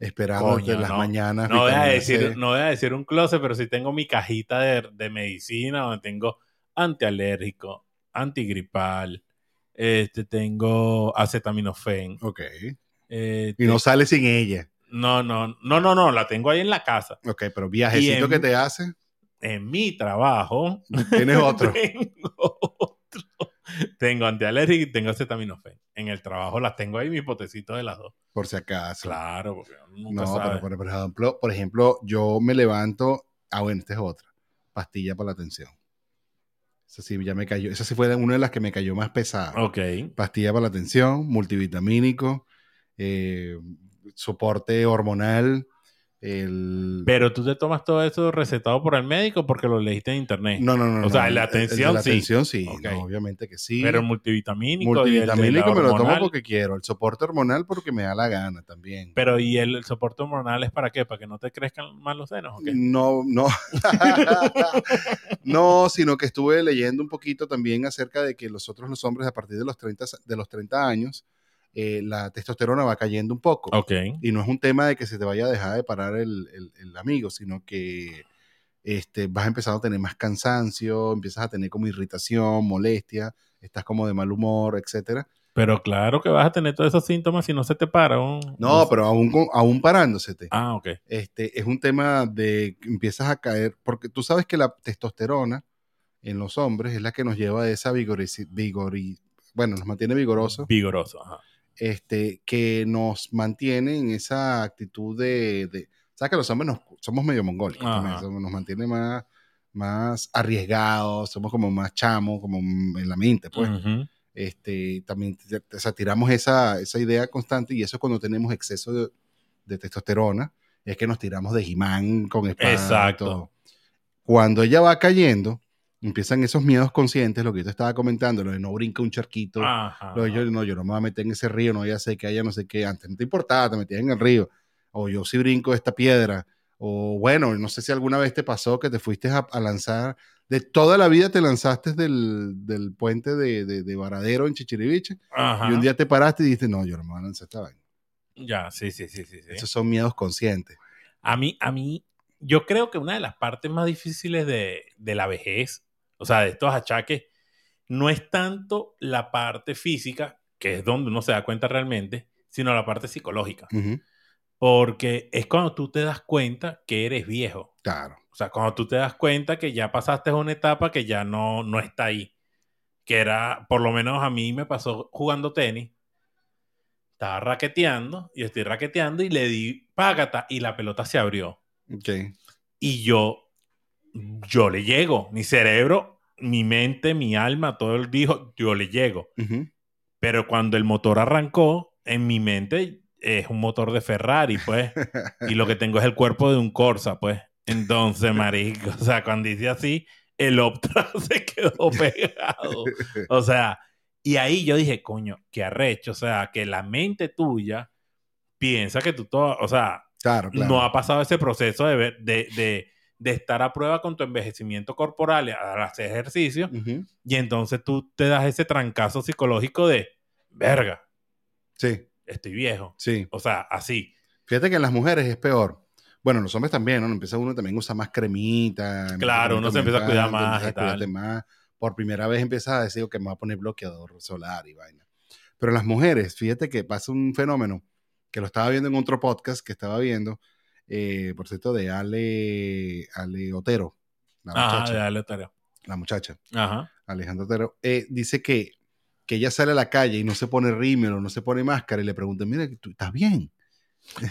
Speaker 1: esperando
Speaker 2: Coño,
Speaker 1: de las
Speaker 2: no.
Speaker 1: mañanas.
Speaker 2: No voy, a
Speaker 1: vitamina
Speaker 2: decir,
Speaker 1: C.
Speaker 2: no voy a decir un closet, pero sí tengo mi cajita de, de medicina donde tengo antialérgico, antigripal, este, tengo acetaminofén.
Speaker 1: Ok.
Speaker 2: eh,
Speaker 1: Y no sales sin ella.
Speaker 2: no, no, no, no, no, la tengo ahí en la casa.
Speaker 1: Ok, pero viajecito
Speaker 2: Y en-
Speaker 1: que te hace,
Speaker 2: En mi trabajo
Speaker 1: tienes otro.
Speaker 2: Tengo otro. Tengo antialérgico y tengo acetaminofén. En el trabajo las tengo ahí, mi potecito de las dos.
Speaker 1: por si acaso.
Speaker 2: Claro, porque uno nunca
Speaker 1: No, pero,
Speaker 2: sabe.
Speaker 1: por- por ejemplo, por ejemplo, yo me levanto. Ah, bueno, esta es otra. Pastilla para la tensión. Esa sí ya me cayó. Esa sí fue una de las que me cayó más pesada.
Speaker 2: Ok.
Speaker 1: Pastilla para la tensión, multivitamínico, eh, soporte hormonal. El...
Speaker 2: Pero tú te tomas todo eso recetado por el médico porque lo leíste en internet.
Speaker 1: No, no, no.
Speaker 2: o
Speaker 1: no,
Speaker 2: sea,
Speaker 1: no.
Speaker 2: la
Speaker 1: El- el de
Speaker 2: atención
Speaker 1: La
Speaker 2: sí.
Speaker 1: tensión sí,
Speaker 2: Ok.
Speaker 1: no, obviamente que sí.
Speaker 2: Pero el multivitamínico. y el de la
Speaker 1: multivitamínico me lo tomo
Speaker 2: hormonal.
Speaker 1: porque quiero. El soporte hormonal porque me da la gana también.
Speaker 2: Pero ¿y el, el soporte hormonal es para qué? ¿Para que no te crezcan más los senos? ¿o qué?
Speaker 1: No, no. no, sino que estuve leyendo un poquito también acerca de que los otros los hombres a partir de los 30, de los 30 años, eh, la testosterona va cayendo un poco.
Speaker 2: Ok.
Speaker 1: Y no es un tema de que se te vaya a dejar de parar el, el- el amigo, sino que este, vas empezando a tener más cansancio, empiezas a tener como irritación, molestia, estás como de mal humor, etcétera.
Speaker 2: Pero claro que vas a tener todos esos síntomas si no se te para. un-
Speaker 1: No,
Speaker 2: un-
Speaker 1: pero aún, con- aún parándosete.
Speaker 2: Ah, ok.
Speaker 1: este, es un tema de que empiezas a caer, porque tú sabes que la testosterona en los hombres es la que nos lleva a esa vigor, vigor bueno, nos mantiene vigorosos,
Speaker 2: Vigoroso. ajá.
Speaker 1: este, que nos mantiene en esa actitud de, de sabes que los hombres nos- somos medio mongólicos,
Speaker 2: Ajá.
Speaker 1: también, somos- nos mantiene más, más arriesgados, somos como más chamos, como en la mente, pues
Speaker 2: Ujú.
Speaker 1: este, también te- te- o sea, tiramos esa, esa idea constante y eso es cuando tenemos exceso de, de testosterona, es que nos tiramos de jimán con espada. y
Speaker 2: Exacto.
Speaker 1: todo. Cuando ella va cayendo, empiezan esos miedos conscientes, lo que yo te estaba comentando, lo de no brinca un charquito,
Speaker 2: Ajá.
Speaker 1: lo de yo, no, yo no me voy a meter en ese río, no, ya sé que haya no sé qué, antes no te importaba, te metías en el río, o yo sí brinco esta piedra, o bueno, no sé si alguna vez te pasó que te fuiste a, a lanzar, de toda la vida te lanzaste del, del puente de, de, de Varadero en Chichiriviche,
Speaker 2: Ajá.
Speaker 1: y un día te paraste y dijiste, no, yo no me voy a lanzar esta vaina.
Speaker 2: Ya, sí, sí, sí, sí. sí.
Speaker 1: Esos son miedos conscientes.
Speaker 2: A mí, a mí, yo creo que una de las partes más difíciles de, de la vejez, o sea, de estos achaques, no es tanto la parte física, que es donde uno se da cuenta realmente, sino la parte psicológica.
Speaker 1: Ujú,
Speaker 2: Porque es cuando tú te das cuenta que eres viejo.
Speaker 1: Claro.
Speaker 2: O sea, cuando tú te das cuenta que ya pasaste una etapa que ya no, no está ahí. Que era, por lo menos a mí me pasó jugando tenis. Estaba raqueteando y estoy raqueteando y le di págata y la pelota se abrió.
Speaker 1: Ok.
Speaker 2: Y yo, yo le llego. Mi cerebro, mi mente, mi alma, todo el dijo, yo le llego.
Speaker 1: Ujú,
Speaker 2: Pero cuando el motor arrancó, en mi mente es un motor de Ferrari, pues. y lo que tengo es el cuerpo de un Corsa, pues. Entonces, marico, o sea, cuando dice así, el Optra se quedó pegado. O sea, y ahí yo dije, coño, qué arrecho. O sea, que la mente tuya piensa que tú todo, o sea,
Speaker 1: Claro, claro.
Speaker 2: no ha pasado ese proceso de, ver- de, de- de estar a prueba con tu envejecimiento corporal al hacer ejercicio.
Speaker 1: Ujú.
Speaker 2: Y entonces tú te das ese trancazo psicológico de, verga,
Speaker 1: Sí,
Speaker 2: estoy viejo.
Speaker 1: sí.
Speaker 2: O sea, así.
Speaker 1: Fíjate que en las mujeres es peor. Bueno, en los hombres también, ¿no? Empieza uno también usa más cremita. empieza
Speaker 2: Claro, uno se
Speaker 1: también
Speaker 2: empieza a cuidar
Speaker 1: tanto,
Speaker 2: más
Speaker 1: empieza
Speaker 2: y
Speaker 1: a cuidarte
Speaker 2: tal.
Speaker 1: más. Por primera vez empiezas a decir que me va a poner bloqueador solar y vaina. Pero las mujeres, fíjate que pasa un fenómeno que lo estaba viendo en otro podcast que estaba viendo, eh, por cierto, de Ale, Ale Otero, la
Speaker 2: Ajá,
Speaker 1: muchacha,
Speaker 2: dale tarea.
Speaker 1: la muchacha,
Speaker 2: Ajá.
Speaker 1: Alejandra Otero, eh, dice que, que ella sale a la calle y no se pone rímel o no se pone máscara y le preguntan, mira, ¿tú estás bien?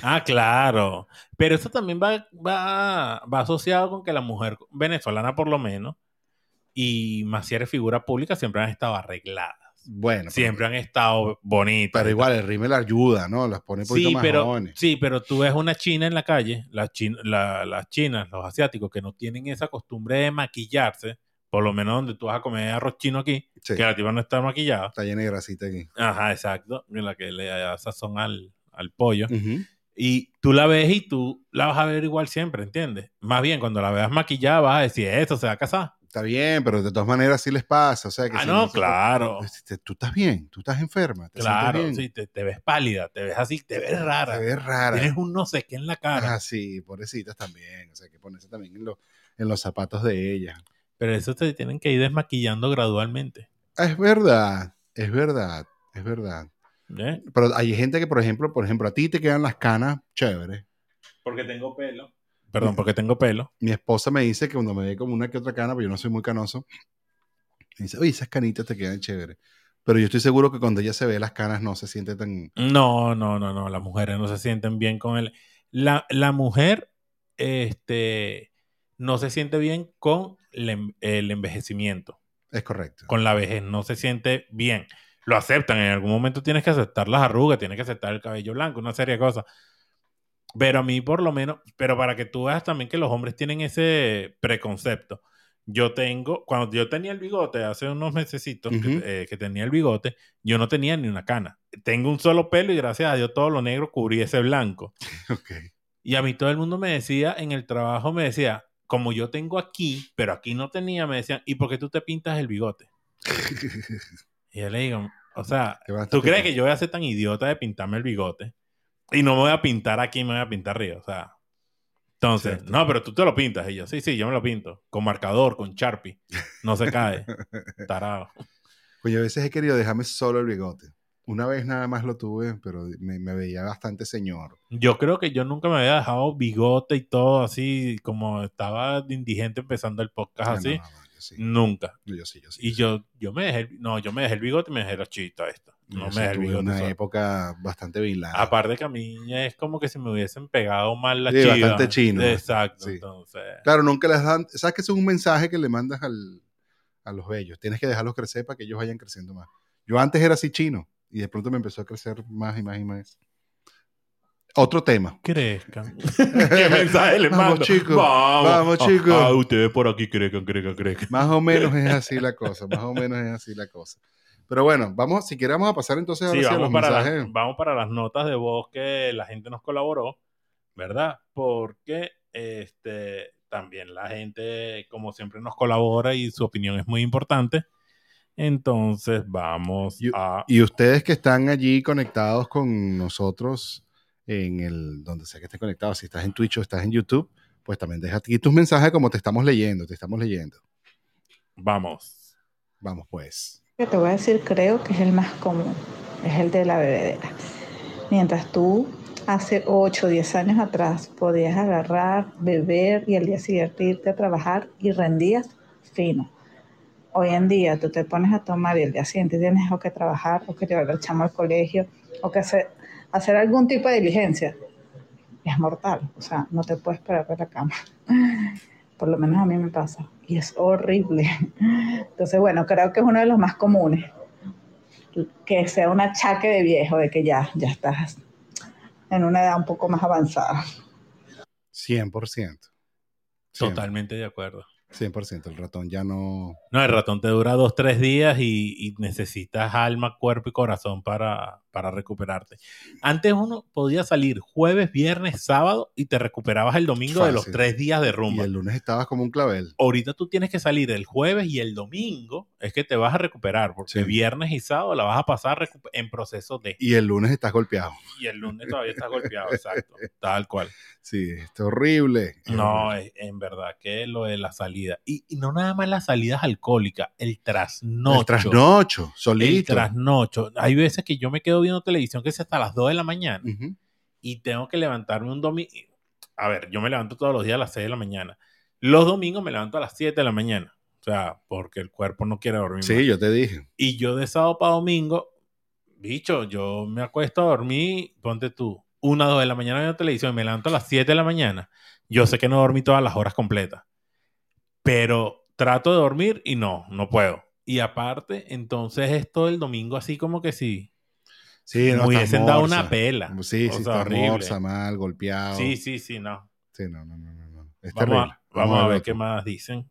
Speaker 2: Ah, claro. Pero eso también va, va, va asociado con que la mujer venezolana, por lo menos, y más si eres figura pública, siempre han estado arregladas.
Speaker 1: Bueno, pero-
Speaker 2: Siempre han estado bonitas.
Speaker 1: Pero
Speaker 2: y tal.
Speaker 1: igual el rímel ayuda, ¿no? Las pone un poquito
Speaker 2: Sí
Speaker 1: más
Speaker 2: pero,
Speaker 1: jóvenes.
Speaker 2: sí, pero tú ves una china en la calle, las chin- la- las chinas, los asiáticos, que no tienen esa costumbre de maquillarse, por lo menos donde tú vas a comer arroz chino aquí,
Speaker 1: Sí,
Speaker 2: que la tipa no está maquillada.
Speaker 1: está llena de grasita aquí.
Speaker 2: Ajá, exacto, en la que le da sazón al, al pollo.
Speaker 1: Ujú.
Speaker 2: Y tú la ves y tú la vas a ver igual siempre, ¿entiendes? Más bien, cuando la veas maquillada, vas a decir, esto se va a casar.
Speaker 1: Está bien, pero de todas maneras sí les pasa. O sea que
Speaker 2: Ah,
Speaker 1: si
Speaker 2: no,
Speaker 1: se-
Speaker 2: claro.
Speaker 1: Este, Tú estás bien, tú estás enferma. ¿Te sientes
Speaker 2: Claro,
Speaker 1: bien?
Speaker 2: sí, te, te ves pálida, te ves así, te ves rara.
Speaker 1: Te ves rara.
Speaker 2: Tienes un no sé qué en la cara.
Speaker 1: Ah, sí, pobrecitas también. O sea, que ponerse también en, los- en los zapatos de ella.
Speaker 2: Pero eso te tienen que ir desmaquillando gradualmente.
Speaker 1: Ah, Es verdad, es verdad, es verdad.
Speaker 2: ¿eh?
Speaker 1: Pero hay gente que, por ejemplo, por ejemplo, a ti te quedan las canas chéveres.
Speaker 2: Porque tengo pelo. Perdón, porque tengo pelo.
Speaker 1: mi esposa me dice que cuando me ve como una que otra cana, pero yo no soy muy canoso, me dice, oye, esas canitas te quedan chéveres. Pero yo estoy seguro que cuando ella se ve las canas no se siente tan...
Speaker 2: No, no, no, no. Las mujeres no se sienten bien con el. La, la mujer, este, no se siente bien con el, en- el envejecimiento,
Speaker 1: Es correcto.
Speaker 2: con la vejez, no se siente bien. Lo aceptan, en algún momento tienes que aceptar las arrugas, tienes que aceptar el cabello blanco, una serie de cosas. Pero a mí, por lo menos, pero para que tú veas también que los hombres tienen ese preconcepto. Yo tengo, cuando yo tenía el bigote hace unos mesecitos
Speaker 1: Ujú.
Speaker 2: que, eh, que tenía el bigote, yo no tenía ni una cana. Tengo un solo pelo y gracias a Dios todo lo negro cubría ese blanco.
Speaker 1: Ok.
Speaker 2: Y a mí todo el mundo me decía, en el trabajo me decía, como yo tengo aquí, pero aquí no tenía, me decían, ¿y por qué tú te pintas el bigote? Y yo le digo, o sea,
Speaker 1: Te vas a
Speaker 2: ¿tú
Speaker 1: estar
Speaker 2: crees que yo voy a ser tan idiota de pintarme el bigote? Y no me voy a pintar aquí, me voy a pintar arriba, o sea. Entonces,
Speaker 1: Cierto.
Speaker 2: no, pero tú te lo pintas. Y yo, sí, sí, yo me lo pinto. Con marcador, con Sharpie. No se cae. Tarado.
Speaker 1: Pues yo a veces he querido dejarme solo el bigote. Una vez nada más lo tuve, pero me, me veía bastante señor.
Speaker 2: Yo creo que yo nunca me había dejado bigote y todo así, como estaba de indigente empezando el podcast
Speaker 1: Ah, no,
Speaker 2: así.
Speaker 1: no, no, yo sí,
Speaker 2: Nunca.
Speaker 1: yo sí, yo sí.
Speaker 2: Mm. Y yo, yo me dejé, el- no, yo me dejé el bigote y me dejé la chita esta. No
Speaker 1: Yo
Speaker 2: me
Speaker 1: sí
Speaker 2: dejé el
Speaker 1: tuve
Speaker 2: bigote.
Speaker 1: una
Speaker 2: solo. Ah,
Speaker 1: época bastante vilada.
Speaker 2: Aparte que a mí es como que si me hubiesen pegado mal la
Speaker 1: Sí,
Speaker 2: chiva.
Speaker 1: bastante chino.
Speaker 2: Exacto.
Speaker 1: Sí.
Speaker 2: Entonces,
Speaker 1: Claro, nunca les dan... ¿Sabes que eso es un mensaje que le mandas al, a los bellos? Tienes que dejarlos crecer para que ellos vayan creciendo más. Yo antes era así chino y de pronto me empezó a crecer más y más y más. Otro tema.
Speaker 2: crezcan. ¿Qué mensaje les
Speaker 1: Vamos,
Speaker 2: mando?
Speaker 1: chicos.
Speaker 2: Vamos,
Speaker 1: Vamos,
Speaker 2: Ah,
Speaker 1: chicos.
Speaker 2: Ah, ustedes por aquí crezcan, crezcan, crezcan.
Speaker 1: Más o menos es así la cosa, más o menos es así la cosa. Pero bueno, vamos, si queremos a pasar entonces ahora
Speaker 2: Sí,
Speaker 1: sí a
Speaker 2: vamos
Speaker 1: los
Speaker 2: para,
Speaker 1: mensajes.
Speaker 2: las, vamos para las notas de voz que la gente nos colaboró, ¿verdad? Porque este, también la gente, como siempre, nos colabora y su opinión es muy importante. Entonces, vamos
Speaker 1: Yo-
Speaker 2: a.
Speaker 1: Y ustedes que están allí conectados con nosotros en el donde sea que estés conectado, si estás en Twitch o estás en YouTube, pues también deja aquí tus mensajes como te estamos leyendo, te estamos leyendo.
Speaker 2: Vamos.
Speaker 1: Vamos pues.
Speaker 4: que te voy a decir, creo que es el más común, es el de la bebedera. Mientras tú hace 8 o 10 años atrás podías agarrar, beber y al día siguiente irte a trabajar y rendías fino. Hoy en día tú te pones a tomar y el día siguiente tienes o que trabajar o que llevar al chamo al colegio o que hacer, hacer algún tipo de diligencia. Es mortal, o sea, no te puedes parar de la cama. Por lo menos a mí me pasa y es horrible. Entonces, bueno, creo que es uno de los más comunes. Que sea un achaque de viejo, de que ya, ya estás en una edad un poco más avanzada.
Speaker 1: 100%.
Speaker 2: Totalmente de acuerdo.
Speaker 1: 100%, el ratón ya no...
Speaker 2: No, el ratón te dura dos, tres días y, y necesitas alma, cuerpo y corazón para, para recuperarte. Antes uno podía salir jueves, viernes, sábado y te recuperabas el domingo de los
Speaker 1: Fácil.
Speaker 2: tres días de
Speaker 1: Y
Speaker 2: rumba.
Speaker 1: el lunes estabas como un clavel.
Speaker 2: Ahorita tú tienes que salir el jueves y el domingo es que te vas a recuperar, porque
Speaker 1: Sí.
Speaker 2: viernes y sábado la vas a pasar recu- en proceso de...
Speaker 1: Y el lunes estás golpeado.
Speaker 2: Y el lunes todavía estás golpeado, exacto. Tal cual.
Speaker 1: Sí, es horrible.
Speaker 2: No, eh, en verdad que lo de la salida. Y, y no nada más las salidas alcohólicas, el trasnocho.
Speaker 1: El trasnocho,
Speaker 2: El
Speaker 1: solito.
Speaker 2: trasnocho. Hay veces que yo me quedo viendo televisión que es hasta las 2 de la mañana
Speaker 1: Ujú.
Speaker 2: y tengo que levantarme un domingo. A ver, yo me levanto todos los días a las 6 de la mañana. Los domingos me levanto a las 7 de la mañana. O sea, porque el cuerpo no quiere dormir. más.
Speaker 1: Sí, yo te dije.
Speaker 2: Y yo de sábado para domingo, bicho, yo me acuesto a dormir, ponte tú, una, dos de la mañana viendo televisión, me levanto a las 7 de la mañana. Yo sé que no dormí todas las horas completas, pero trato de dormir y no, no puedo. Y aparte, entonces esto del domingo así como que sí,
Speaker 1: Sí, no,
Speaker 2: me
Speaker 1: estás
Speaker 2: hubiesen dado
Speaker 1: morsa.
Speaker 2: una pela.
Speaker 1: Sí,
Speaker 2: O
Speaker 1: sí,
Speaker 2: sea,
Speaker 1: está
Speaker 2: horrible.
Speaker 1: morsa, mal, golpeado.
Speaker 2: Sí, sí, sí, no.
Speaker 1: Sí, no, no, no, no, no. Es
Speaker 2: Vamos
Speaker 1: terrible.
Speaker 2: a, vamos a ver
Speaker 1: otro.
Speaker 2: qué más dicen.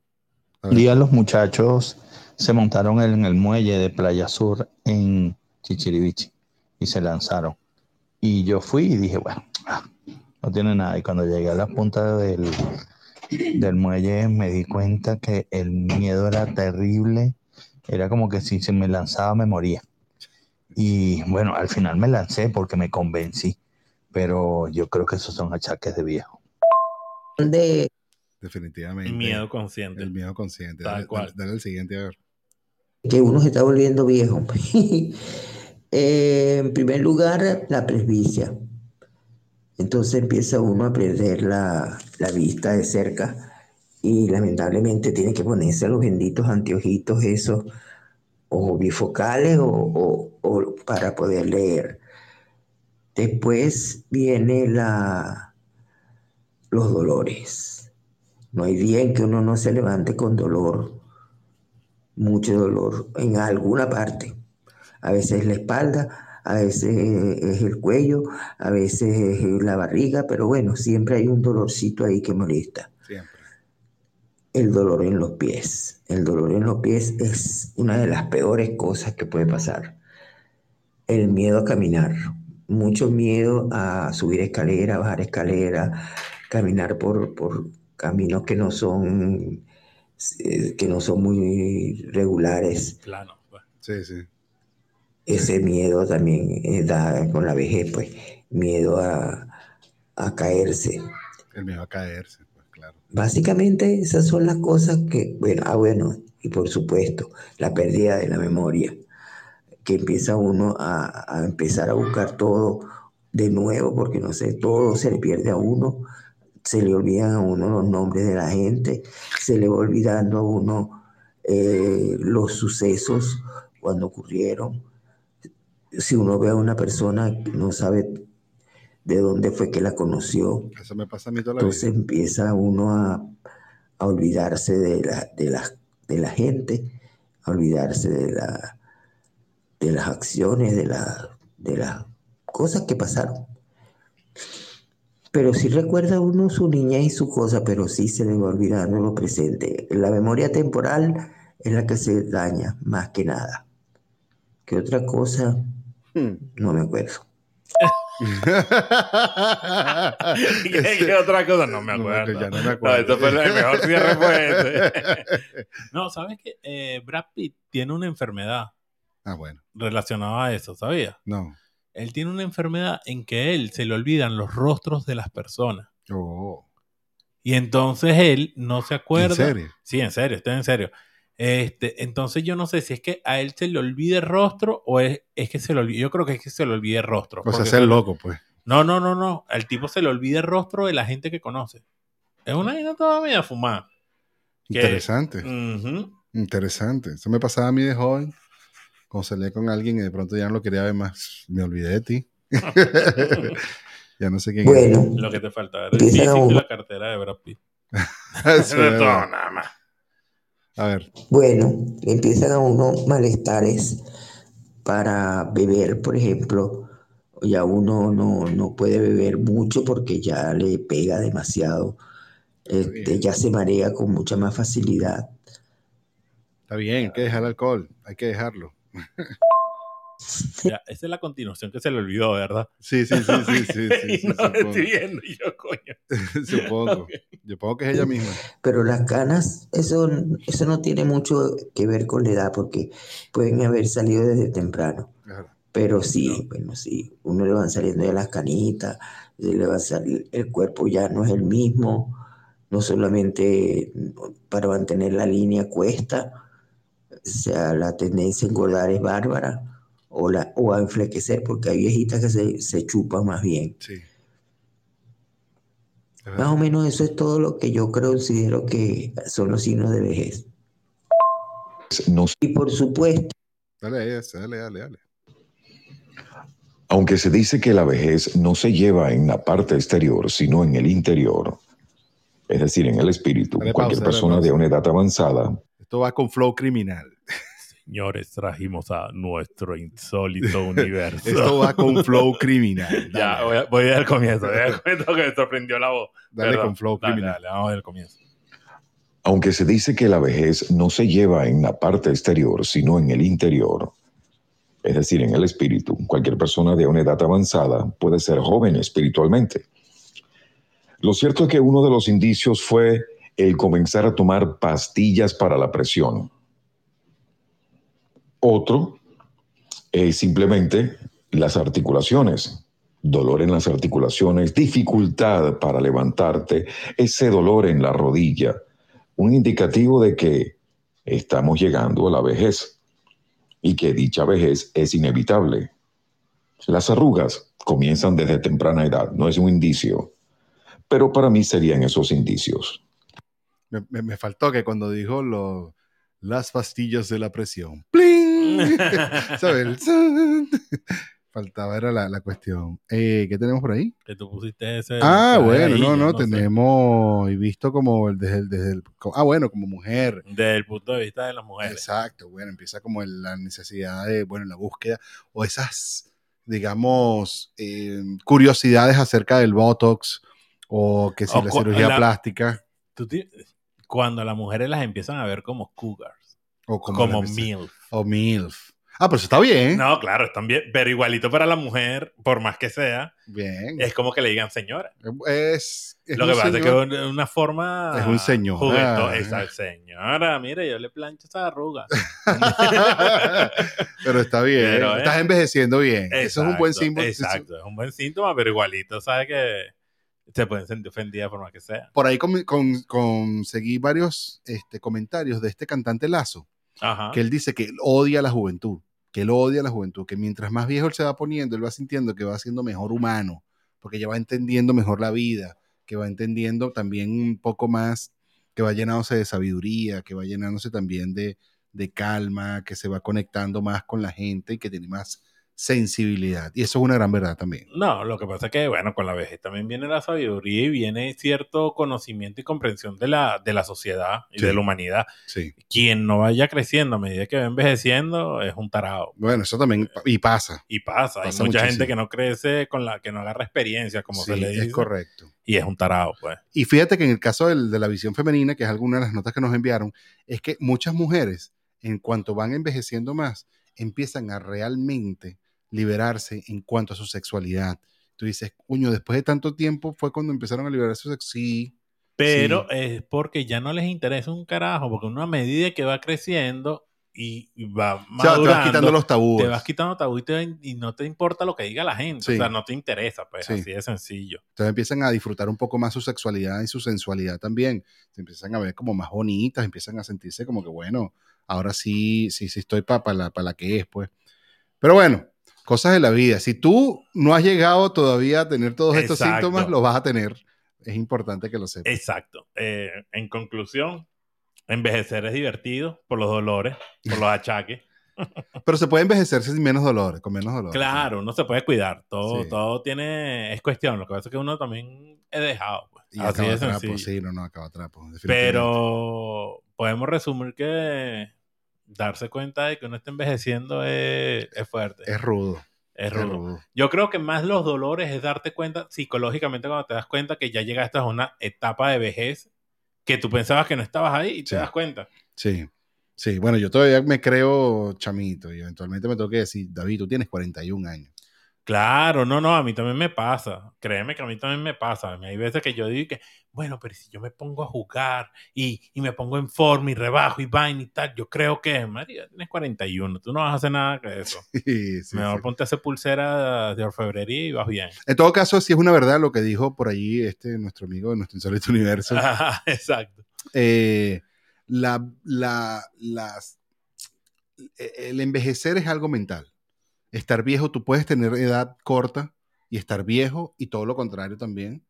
Speaker 1: A
Speaker 5: Un
Speaker 1: ver.
Speaker 5: día los muchachos se montaron en el muelle de Playa Sur en Chichiribichi y se lanzaron. Y yo fui y dije, bueno, ah, no tiene nada. Y cuando llegué a la punta del, del muelle me di cuenta que el miedo era terrible. Era como que si se me lanzaba me moría. Y bueno, al final me lancé porque me convencí. Pero yo creo que esos son achaques de viejo.
Speaker 6: de
Speaker 1: Definitivamente.
Speaker 2: El miedo consciente.
Speaker 1: El miedo consciente.
Speaker 2: Tal
Speaker 1: Dale,
Speaker 2: cual.
Speaker 1: dale- dale el siguiente, a ver.
Speaker 6: que uno se está volviendo viejo. Eh, en primer lugar, la presbicia. Entonces empieza uno a perder la, la vista de cerca y lamentablemente tiene que ponerse los benditos anteojitos esos o bifocales o, o- o para poder leer. Después viene la, los dolores. No hay día en que uno no se levante con dolor mucho dolor en alguna parte. A veces es la espalda, a veces es el cuello, a veces es la barriga, pero bueno, siempre hay un dolorcito ahí que molesta.
Speaker 1: Siempre.
Speaker 6: El dolor en los pies. El dolor en los pies es una de las peores cosas que puede pasar. El miedo a caminar. Mucho miedo a subir escalera, bajar escalera, caminar por, por caminos que no son eh, que no son muy regulares.
Speaker 2: Plano. pues.
Speaker 1: Sí, sí.
Speaker 6: ese miedo también eh, da con la vejez, pues, miedo a, a caerse.
Speaker 1: El miedo a caerse, pues claro.
Speaker 6: Básicamente esas son las cosas que, bueno, ah, bueno, y por supuesto, la pérdida de la memoria, que empieza uno a, a empezar a buscar todo de nuevo, porque no sé, todo se le pierde a uno, se le olvidan a uno los nombres de la gente, se le va olvidando a uno eh, los sucesos cuando ocurrieron. Si uno ve a una persona, no sabe de dónde fue que la conoció,
Speaker 1: Eso me pasa a mí toda la
Speaker 6: entonces
Speaker 1: vida.
Speaker 6: empieza uno a, a olvidarse de la, de, la, de la gente, a olvidarse de, la, de las acciones, de, la, de las cosas que pasaron. Pero sí recuerda uno su niñez y su cosa, pero sí se le va olvidando lo presente. La memoria temporal es la que se daña más que nada. ¿Qué otra cosa?
Speaker 1: Hmm.
Speaker 6: No me acuerdo.
Speaker 2: ¿Qué,
Speaker 1: Ese-
Speaker 2: qué otra cosa? No me acuerdo.
Speaker 1: Este, ya no me acuerdo.
Speaker 2: No, esto fue el mejor cierre fue este. No, ¿sabes que Brad Pitt tiene una enfermedad
Speaker 1: ah, bueno.
Speaker 2: relacionada a eso, ¿sabías?
Speaker 1: No.
Speaker 2: Él tiene una enfermedad en que él se le olvidan los rostros de las personas.
Speaker 1: Oh,
Speaker 2: Y entonces él no se acuerda.
Speaker 1: ¿En serio?
Speaker 2: Sí, en serio, está en serio. Este, entonces yo no sé si es que a él se le olvida el rostro o es, es que se le olvida. Yo creo que es que se le olvida el rostro.
Speaker 1: O sea,
Speaker 2: porque
Speaker 1: ser
Speaker 2: se-
Speaker 1: loco, pues.
Speaker 2: No, no, no, no. Al tipo se le olvida el rostro de la gente que conoce. Es una vaina toda media fumada. Que- Mm.
Speaker 1: Interesante.
Speaker 2: Ujú.
Speaker 1: Interesante. Eso me pasaba a mí de joven. Cuando salía con alguien y de pronto ya no lo quería ver más. Me olvidé de ti. ya no sé quién
Speaker 6: Bueno,
Speaker 2: Lo que te falta era el
Speaker 6: Empiezan a
Speaker 2: físico y
Speaker 6: buscar-
Speaker 2: la cartera de Brad Pitt.
Speaker 1: es.
Speaker 2: Eso es todo, nada más.
Speaker 1: a ver.
Speaker 6: Bueno, le empiezan a uno malestares para beber, por ejemplo, ya uno no, no puede beber mucho porque ya le pega demasiado este, ya se marea con mucha más facilidad.
Speaker 1: Está bien, hay que dejar el alcohol, hay que dejarlo.
Speaker 2: Ya, esa es la continuación que se le olvidó, ¿verdad?
Speaker 1: Sí, sí, sí, sí, sí, sí, sí,
Speaker 2: no,
Speaker 1: supongo.
Speaker 2: estoy viendo y yo, coño.
Speaker 1: Supongo. Yo pongo que es ella misma.
Speaker 6: Pero las canas, eso, eso no tiene mucho que ver con la edad, porque pueden haber salido desde temprano.
Speaker 1: Claro.
Speaker 6: Pero sí, bueno, sí, uno le van saliendo ya las canitas, le va a salir, el cuerpo ya no es el mismo, no solamente para mantener la línea cuesta, o sea, la tendencia a engordar es bárbara, o, la, o a enflequecer, porque hay viejitas que se, se chupan más bien.
Speaker 1: Sí. Es
Speaker 6: Más
Speaker 1: verdad.
Speaker 6: o menos eso es todo lo que yo creo, considero que son los signos de vejez.
Speaker 7: Nos-
Speaker 6: Y por supuesto,
Speaker 1: Dale, esa, dale, dale, dale.
Speaker 7: aunque se dice que la vejez no se lleva en la parte exterior, sino en el interior, es decir, en el espíritu,
Speaker 1: Dale pausa,
Speaker 7: cualquier
Speaker 1: dale
Speaker 7: persona
Speaker 1: pausa.
Speaker 7: de una edad avanzada
Speaker 1: Esto va con flow criminal.
Speaker 2: Señores, trajimos a nuestro insólito universo.
Speaker 1: Esto va con flow criminal. Dale,
Speaker 2: Ya, voy, a- voy al comienzo. Voy al comienzo que me sorprendió la voz.
Speaker 1: dale
Speaker 2: Perdón.
Speaker 1: con flow
Speaker 2: Dale,
Speaker 1: criminal.
Speaker 2: dale, vamos al comienzo.
Speaker 7: Aunque se dice que la vejez no se lleva en la parte exterior, sino en el interior, es decir, en el espíritu, cualquier persona de una edad avanzada puede ser joven espiritualmente. Lo cierto es que uno de los indicios fue el comenzar a tomar pastillas para la presión. Otro es simplemente las articulaciones, dolor en las articulaciones, dificultad para levantarte, ese dolor en la rodilla, un indicativo de que estamos llegando a la vejez y que dicha vejez es inevitable. Las arrugas comienzan desde temprana edad, no es un indicio, pero para mí serían esos indicios.
Speaker 1: Me, me- me faltó que cuando dijo lo- las pastillas de la presión. ¡Pling! ¿Sabes? El zan. Faltaba, era la, la cuestión. Eh, ¿Qué tenemos por ahí?
Speaker 2: Que tú pusiste ese.
Speaker 1: ah,
Speaker 2: ese
Speaker 1: bueno,
Speaker 2: Eh, ahí,
Speaker 1: no, no,
Speaker 2: sé.
Speaker 1: tenemos y visto como el- desde el, desde el- co- ah, bueno, como mujer.
Speaker 2: Desde el punto de vista de las mujeres.
Speaker 1: Exacto, bueno, empieza como el- la necesidad de, bueno, la búsqueda o esas, digamos, eh, curiosidades acerca del Botox o que si
Speaker 2: O
Speaker 1: la
Speaker 2: cu-
Speaker 1: cirugía
Speaker 2: la-
Speaker 1: plástica
Speaker 2: Tú ti- cuando las mujeres las empiezan a ver como cougars,
Speaker 1: o como,
Speaker 2: como
Speaker 1: la-
Speaker 2: milf.
Speaker 1: o milf. Ah, pero eso está bien.
Speaker 2: No, claro, están bien, pero igualito para la mujer, por más que sea,
Speaker 1: Bien.
Speaker 2: es como que le digan señora.
Speaker 1: Es, es
Speaker 2: Lo
Speaker 1: un
Speaker 2: que pasa es que
Speaker 1: señor-
Speaker 2: es una- una forma.
Speaker 1: Es un señor.
Speaker 2: Juguetón.
Speaker 1: Ah.
Speaker 2: Esa señora, mire, yo le plancho esa arruga.
Speaker 1: pero está bien.
Speaker 2: Pero,
Speaker 1: Estás
Speaker 2: eh.
Speaker 1: envejeciendo bien. Eso es un buen
Speaker 2: Exacto,
Speaker 1: símbolo.
Speaker 2: Exacto, es un buen síntoma, pero igualito, ¿sabes que Se pueden sentir ofendidas por más que sea.
Speaker 1: Por ahí con- con- conseguí varios este, comentarios de este cantante Lazo,
Speaker 2: Ajá.
Speaker 1: que él dice que él odia la juventud, que él odia la juventud, que mientras más viejo él se va poniendo, él va sintiendo que va siendo mejor humano, porque ya va entendiendo mejor la vida, que va entendiendo también un poco más, que va llenándose de sabiduría, que va llenándose también de, de calma, que se va conectando más con la gente y que tiene más sensibilidad. Y eso es una gran verdad también.
Speaker 2: No, lo que pasa es que, bueno, con la vejez también viene la sabiduría y viene cierto conocimiento y comprensión de la, de la sociedad y
Speaker 1: Sí.
Speaker 2: de la humanidad.
Speaker 1: Sí.
Speaker 2: Quien no vaya creciendo a medida que va envejeciendo es un tarado.
Speaker 1: Bueno, eso también, pa- y pasa.
Speaker 2: Y
Speaker 1: Pasa
Speaker 2: pasa. Hay mucha
Speaker 1: muchísimo.
Speaker 2: gente que no crece con la que no agarra experiencia, como se
Speaker 1: Sí,
Speaker 2: le dice.
Speaker 1: es correcto.
Speaker 2: Y es un tarado, pues.
Speaker 1: Y fíjate que en el caso del- de la visión femenina, que es alguna de las notas que nos enviaron, es que muchas mujeres, en cuanto van envejeciendo más, empiezan a realmente liberarse en cuanto a su sexualidad. Tú dices, cuño, después de tanto tiempo fue cuando empezaron a liberar su sexo. Sí,
Speaker 2: Pero es porque ya no les interesa un carajo, porque uno a medida que va creciendo y y va
Speaker 1: o sea, te
Speaker 2: madurando,
Speaker 1: vas quitando los tabúes.
Speaker 2: te vas quitando tabú y, te- y no te importa lo que diga la gente.
Speaker 1: Sí.
Speaker 2: O sea, no te interesa, pues,
Speaker 1: Sí.
Speaker 2: así de sencillo.
Speaker 1: Entonces empiezan a disfrutar un poco más su sexualidad y su sensualidad también. Se empiezan a ver como más bonitas, empiezan a sentirse como que, bueno, ahora sí, sí, sí estoy para la, pa la que es, pues. Pero bueno, cosas de la vida. Si tú no has llegado todavía a tener todos estos
Speaker 2: Exacto.
Speaker 1: síntomas, los vas a tener. Es importante que lo sepas.
Speaker 2: Exacto. Eh, en conclusión, envejecer es divertido por los dolores, por los achaques.
Speaker 1: Pero se puede envejecer sin menos dolores, con menos dolores.
Speaker 2: Eh, claro, uno se puede cuidar. Todo,
Speaker 1: Sí.
Speaker 2: todo tiene, es cuestión. Lo que pasa es que uno también he dejado, pues.
Speaker 1: Y
Speaker 2: así
Speaker 1: acaba
Speaker 2: de
Speaker 1: trapo,
Speaker 2: sencillo.
Speaker 1: sí, no, no, acaba trapo. definitivamente.
Speaker 2: Pero podemos resumir que darse cuenta de que uno está envejeciendo es, es fuerte, es,
Speaker 1: Es rudo.
Speaker 2: rudo.
Speaker 1: Es rudo.
Speaker 2: Yo creo que más los dolores es darte cuenta psicológicamente cuando te das cuenta que ya llegaste a una etapa de vejez que tú pensabas que no estabas ahí y te
Speaker 1: Sí.
Speaker 2: das cuenta.
Speaker 1: Sí, sí. Bueno, yo todavía me creo chamito y eventualmente me tengo que decir, David, tú tienes 41 años.
Speaker 2: Claro, no, no, a mí también me pasa. Créeme que a mí también me pasa. A mí Hay veces que yo digo que, bueno, pero si yo me pongo a jugar y, y me pongo en forma y rebajo y vaina y tal, yo creo que, María, tienes 41, tú no vas a hacer nada que eso.
Speaker 1: Sí, sí,
Speaker 2: Mejor
Speaker 1: sí.
Speaker 2: ponte a hacer pulsera de orfebrería y vas bien.
Speaker 1: En todo caso, sí es una verdad lo que dijo por allí este, nuestro amigo de nuestro insólito universo.
Speaker 2: Ajá, Exacto.
Speaker 1: Eh, la, la- las- e, el envejecer es algo mental. Estar viejo, tú puedes tener edad corta y estar viejo y todo lo contrario también,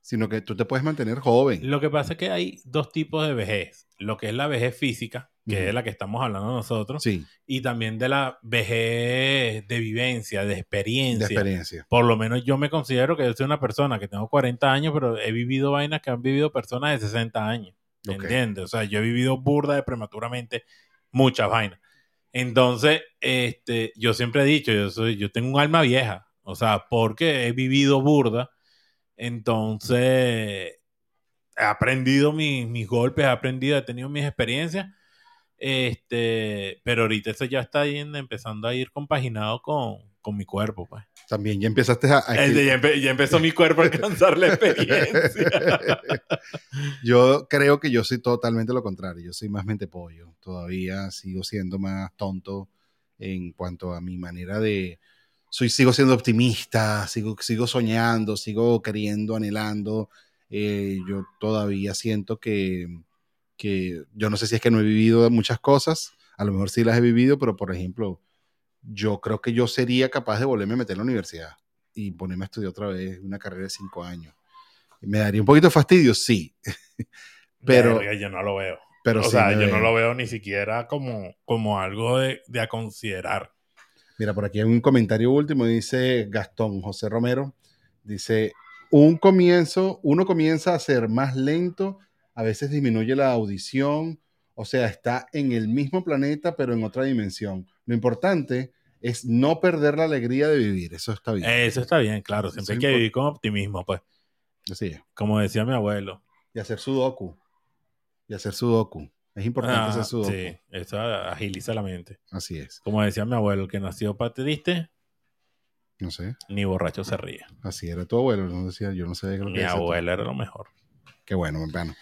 Speaker 1: sino que tú te puedes mantener joven.
Speaker 2: Lo que pasa es que hay dos tipos de vejez. Lo que es la vejez física, que
Speaker 1: Ujú.
Speaker 2: es de la que estamos hablando nosotros,
Speaker 1: Sí,
Speaker 2: y también de la vejez de vivencia, de
Speaker 1: de
Speaker 2: experiencia.
Speaker 1: experiencia.
Speaker 2: Por lo menos yo me considero que yo soy una persona que tengo 40 años, pero he vivido vainas que han vivido personas de 60 años. ¿Me
Speaker 1: Ok.
Speaker 2: entiendes? O sea, yo he vivido burda de prematuramente muchas vainas. Entonces, este, yo siempre he dicho, yo soy, yo tengo un alma vieja. O sea, porque he vivido burda. Entonces, he aprendido mis, mis golpes, he aprendido, he tenido mis experiencias. Este, pero ahorita eso ya está yendo- empezando a ir compaginado con, con mi cuerpo, pues.
Speaker 1: También ya empezaste a... a-
Speaker 2: El de ya, empe- ya empezó mi cuerpo a alcanzar la experiencia.
Speaker 1: Yo creo que yo soy totalmente lo contrario. Yo soy más mente pollo. Todavía sigo siendo más tonto en cuanto a mi manera de. Soy, sigo siendo optimista, sigo, sigo soñando, sigo queriendo, anhelando. Eh, yo todavía siento que, que. Yo no sé si es que no he vivido muchas cosas. A lo mejor sí las he vivido, pero por ejemplo, yo creo que yo sería capaz de volverme a meter en la universidad y ponerme a estudiar otra vez una carrera de cinco años. ¿Me daría un poquito de fastidio? Sí, Pero-
Speaker 2: Verga, yo no lo veo.
Speaker 1: pero
Speaker 2: O
Speaker 1: sí
Speaker 2: sea,
Speaker 1: me
Speaker 2: yo no
Speaker 1: ven.
Speaker 2: lo veo ni siquiera como, como algo de, de a considerar.
Speaker 1: Mira, por aquí hay un comentario último, dice Gastón José Romero, dice, un comienzo, uno comienza a ser más lento, a veces disminuye la audición, o sea, está en el mismo planeta, pero en otra dimensión. Lo importante es no perder la alegría de vivir, eso está bien.
Speaker 2: Eso está bien, claro. Siempre hay
Speaker 1: Eso
Speaker 2: que
Speaker 1: impor-
Speaker 2: vivir con optimismo, pues.
Speaker 1: Así es.
Speaker 2: Como decía mi abuelo.
Speaker 1: Y hacer sudoku, y hacer sudoku. Es importante
Speaker 2: Ah,
Speaker 1: hacer sudoku.
Speaker 2: sí, eso agiliza la mente.
Speaker 1: Así es,
Speaker 2: Como decía mi abuelo, el que nació para triste,
Speaker 1: no sé,
Speaker 2: ni borracho se ríe.
Speaker 1: así era tu abuelo, no decía, yo no sé lo que
Speaker 2: Mi
Speaker 1: decía tú.
Speaker 2: abuelo era lo mejor.
Speaker 1: Qué bueno, hermano.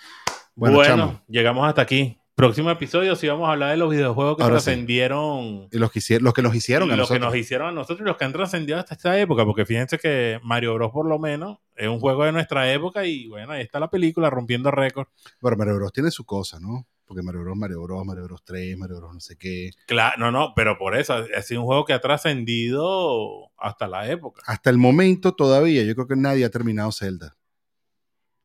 Speaker 1: Bueno,
Speaker 2: Bueno,
Speaker 1: chamo.
Speaker 2: llegamos hasta aquí. Próximo episodio, sí vamos a hablar de los videojuegos que
Speaker 1: Ahora sí.
Speaker 2: trascendieron.
Speaker 1: Y Los que, hici- los que nos hicieron a
Speaker 2: lo que
Speaker 1: nosotros.
Speaker 2: nos hicieron a nosotros y los que han trascendido hasta esta época, porque fíjense que Mario Bros por lo menos es un juego de nuestra época y bueno, ahí está la película rompiendo récord.
Speaker 1: Bueno, Mario Bros tiene su cosa, ¿no? Porque Mario Bros, Mario Bros, Mario Bros 3, Mario Bros no sé qué.
Speaker 2: Claro, no, no, pero por eso ha ha sido un juego que ha trascendido hasta la época.
Speaker 1: Hasta el momento todavía, yo creo que nadie ha terminado Zelda.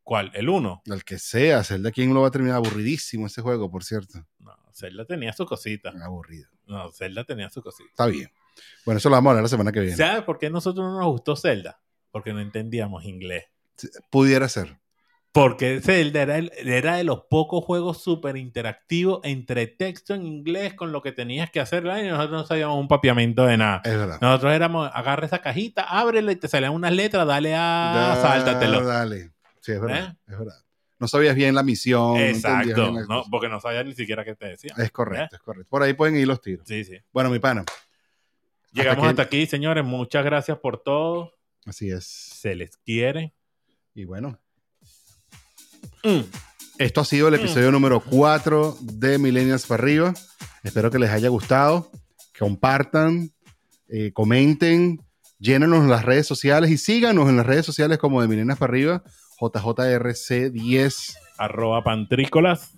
Speaker 2: ¿Cuál? ¿El 1?
Speaker 1: Al que sea, Zelda, ¿quién lo va a terminar? Aburridísimo ese juego, por cierto.
Speaker 2: No, Zelda tenía su cosita.
Speaker 1: Aburrido.
Speaker 2: No, Zelda tenía su cosita.
Speaker 1: Está bien. Bueno, eso lo vamos a hablar la semana que viene.
Speaker 2: ¿Sabes por qué a nosotros no nos gustó Zelda? Porque no entendíamos inglés.
Speaker 1: Pudiera ser.
Speaker 2: Porque Zelda era, el- era de los pocos juegos súper interactivos entre texto en inglés con lo que tenías que hacer y nosotros no sabíamos un papiamento de nada.
Speaker 1: Es verdad.
Speaker 2: Nosotros éramos, agarra esa cajita, ábrela y te salen unas letras, dale a,
Speaker 1: Da-
Speaker 2: Ah, sáltatelo.
Speaker 1: Ah,
Speaker 2: ¿Eh?
Speaker 1: Dale. Sí, es verdad. Es verdad. No sabías bien la misión. no entendías
Speaker 2: Exacto,
Speaker 1: bien las
Speaker 2: no, ¿Eh?
Speaker 1: cosas.
Speaker 2: porque no sabía ni siquiera qué te decía.
Speaker 1: Es correcto, es correcto. Por ahí pueden ir los tiros.
Speaker 2: Sí, sí.
Speaker 1: Bueno, mi pana.
Speaker 2: Llegamos
Speaker 1: que-
Speaker 2: hasta aquí, señores. Muchas gracias por todo.
Speaker 1: Así es.
Speaker 2: Se les quiere.
Speaker 1: Y bueno,
Speaker 2: Mm.
Speaker 1: Esto ha sido el episodio número 4 de Millennials para arriba. Espero que les haya gustado. Compartan, eh, comenten, llénenos en las redes sociales y síganos en las redes sociales como de Millennials para arriba, JJRC10
Speaker 2: Arroba pantrícolas.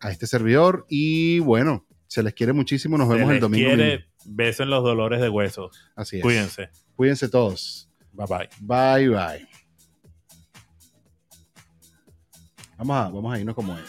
Speaker 1: a este servidor. Y bueno, se les quiere muchísimo. Nos
Speaker 2: Se
Speaker 1: vemos
Speaker 2: les
Speaker 1: el domingo. mismo.
Speaker 2: quiere. Beso en los dolores de huesos.
Speaker 1: Así es.
Speaker 2: Cuídense.
Speaker 1: Cuídense todos.
Speaker 2: Bye bye.
Speaker 1: Bye, bye. Vamos a, vamos a irnos como es.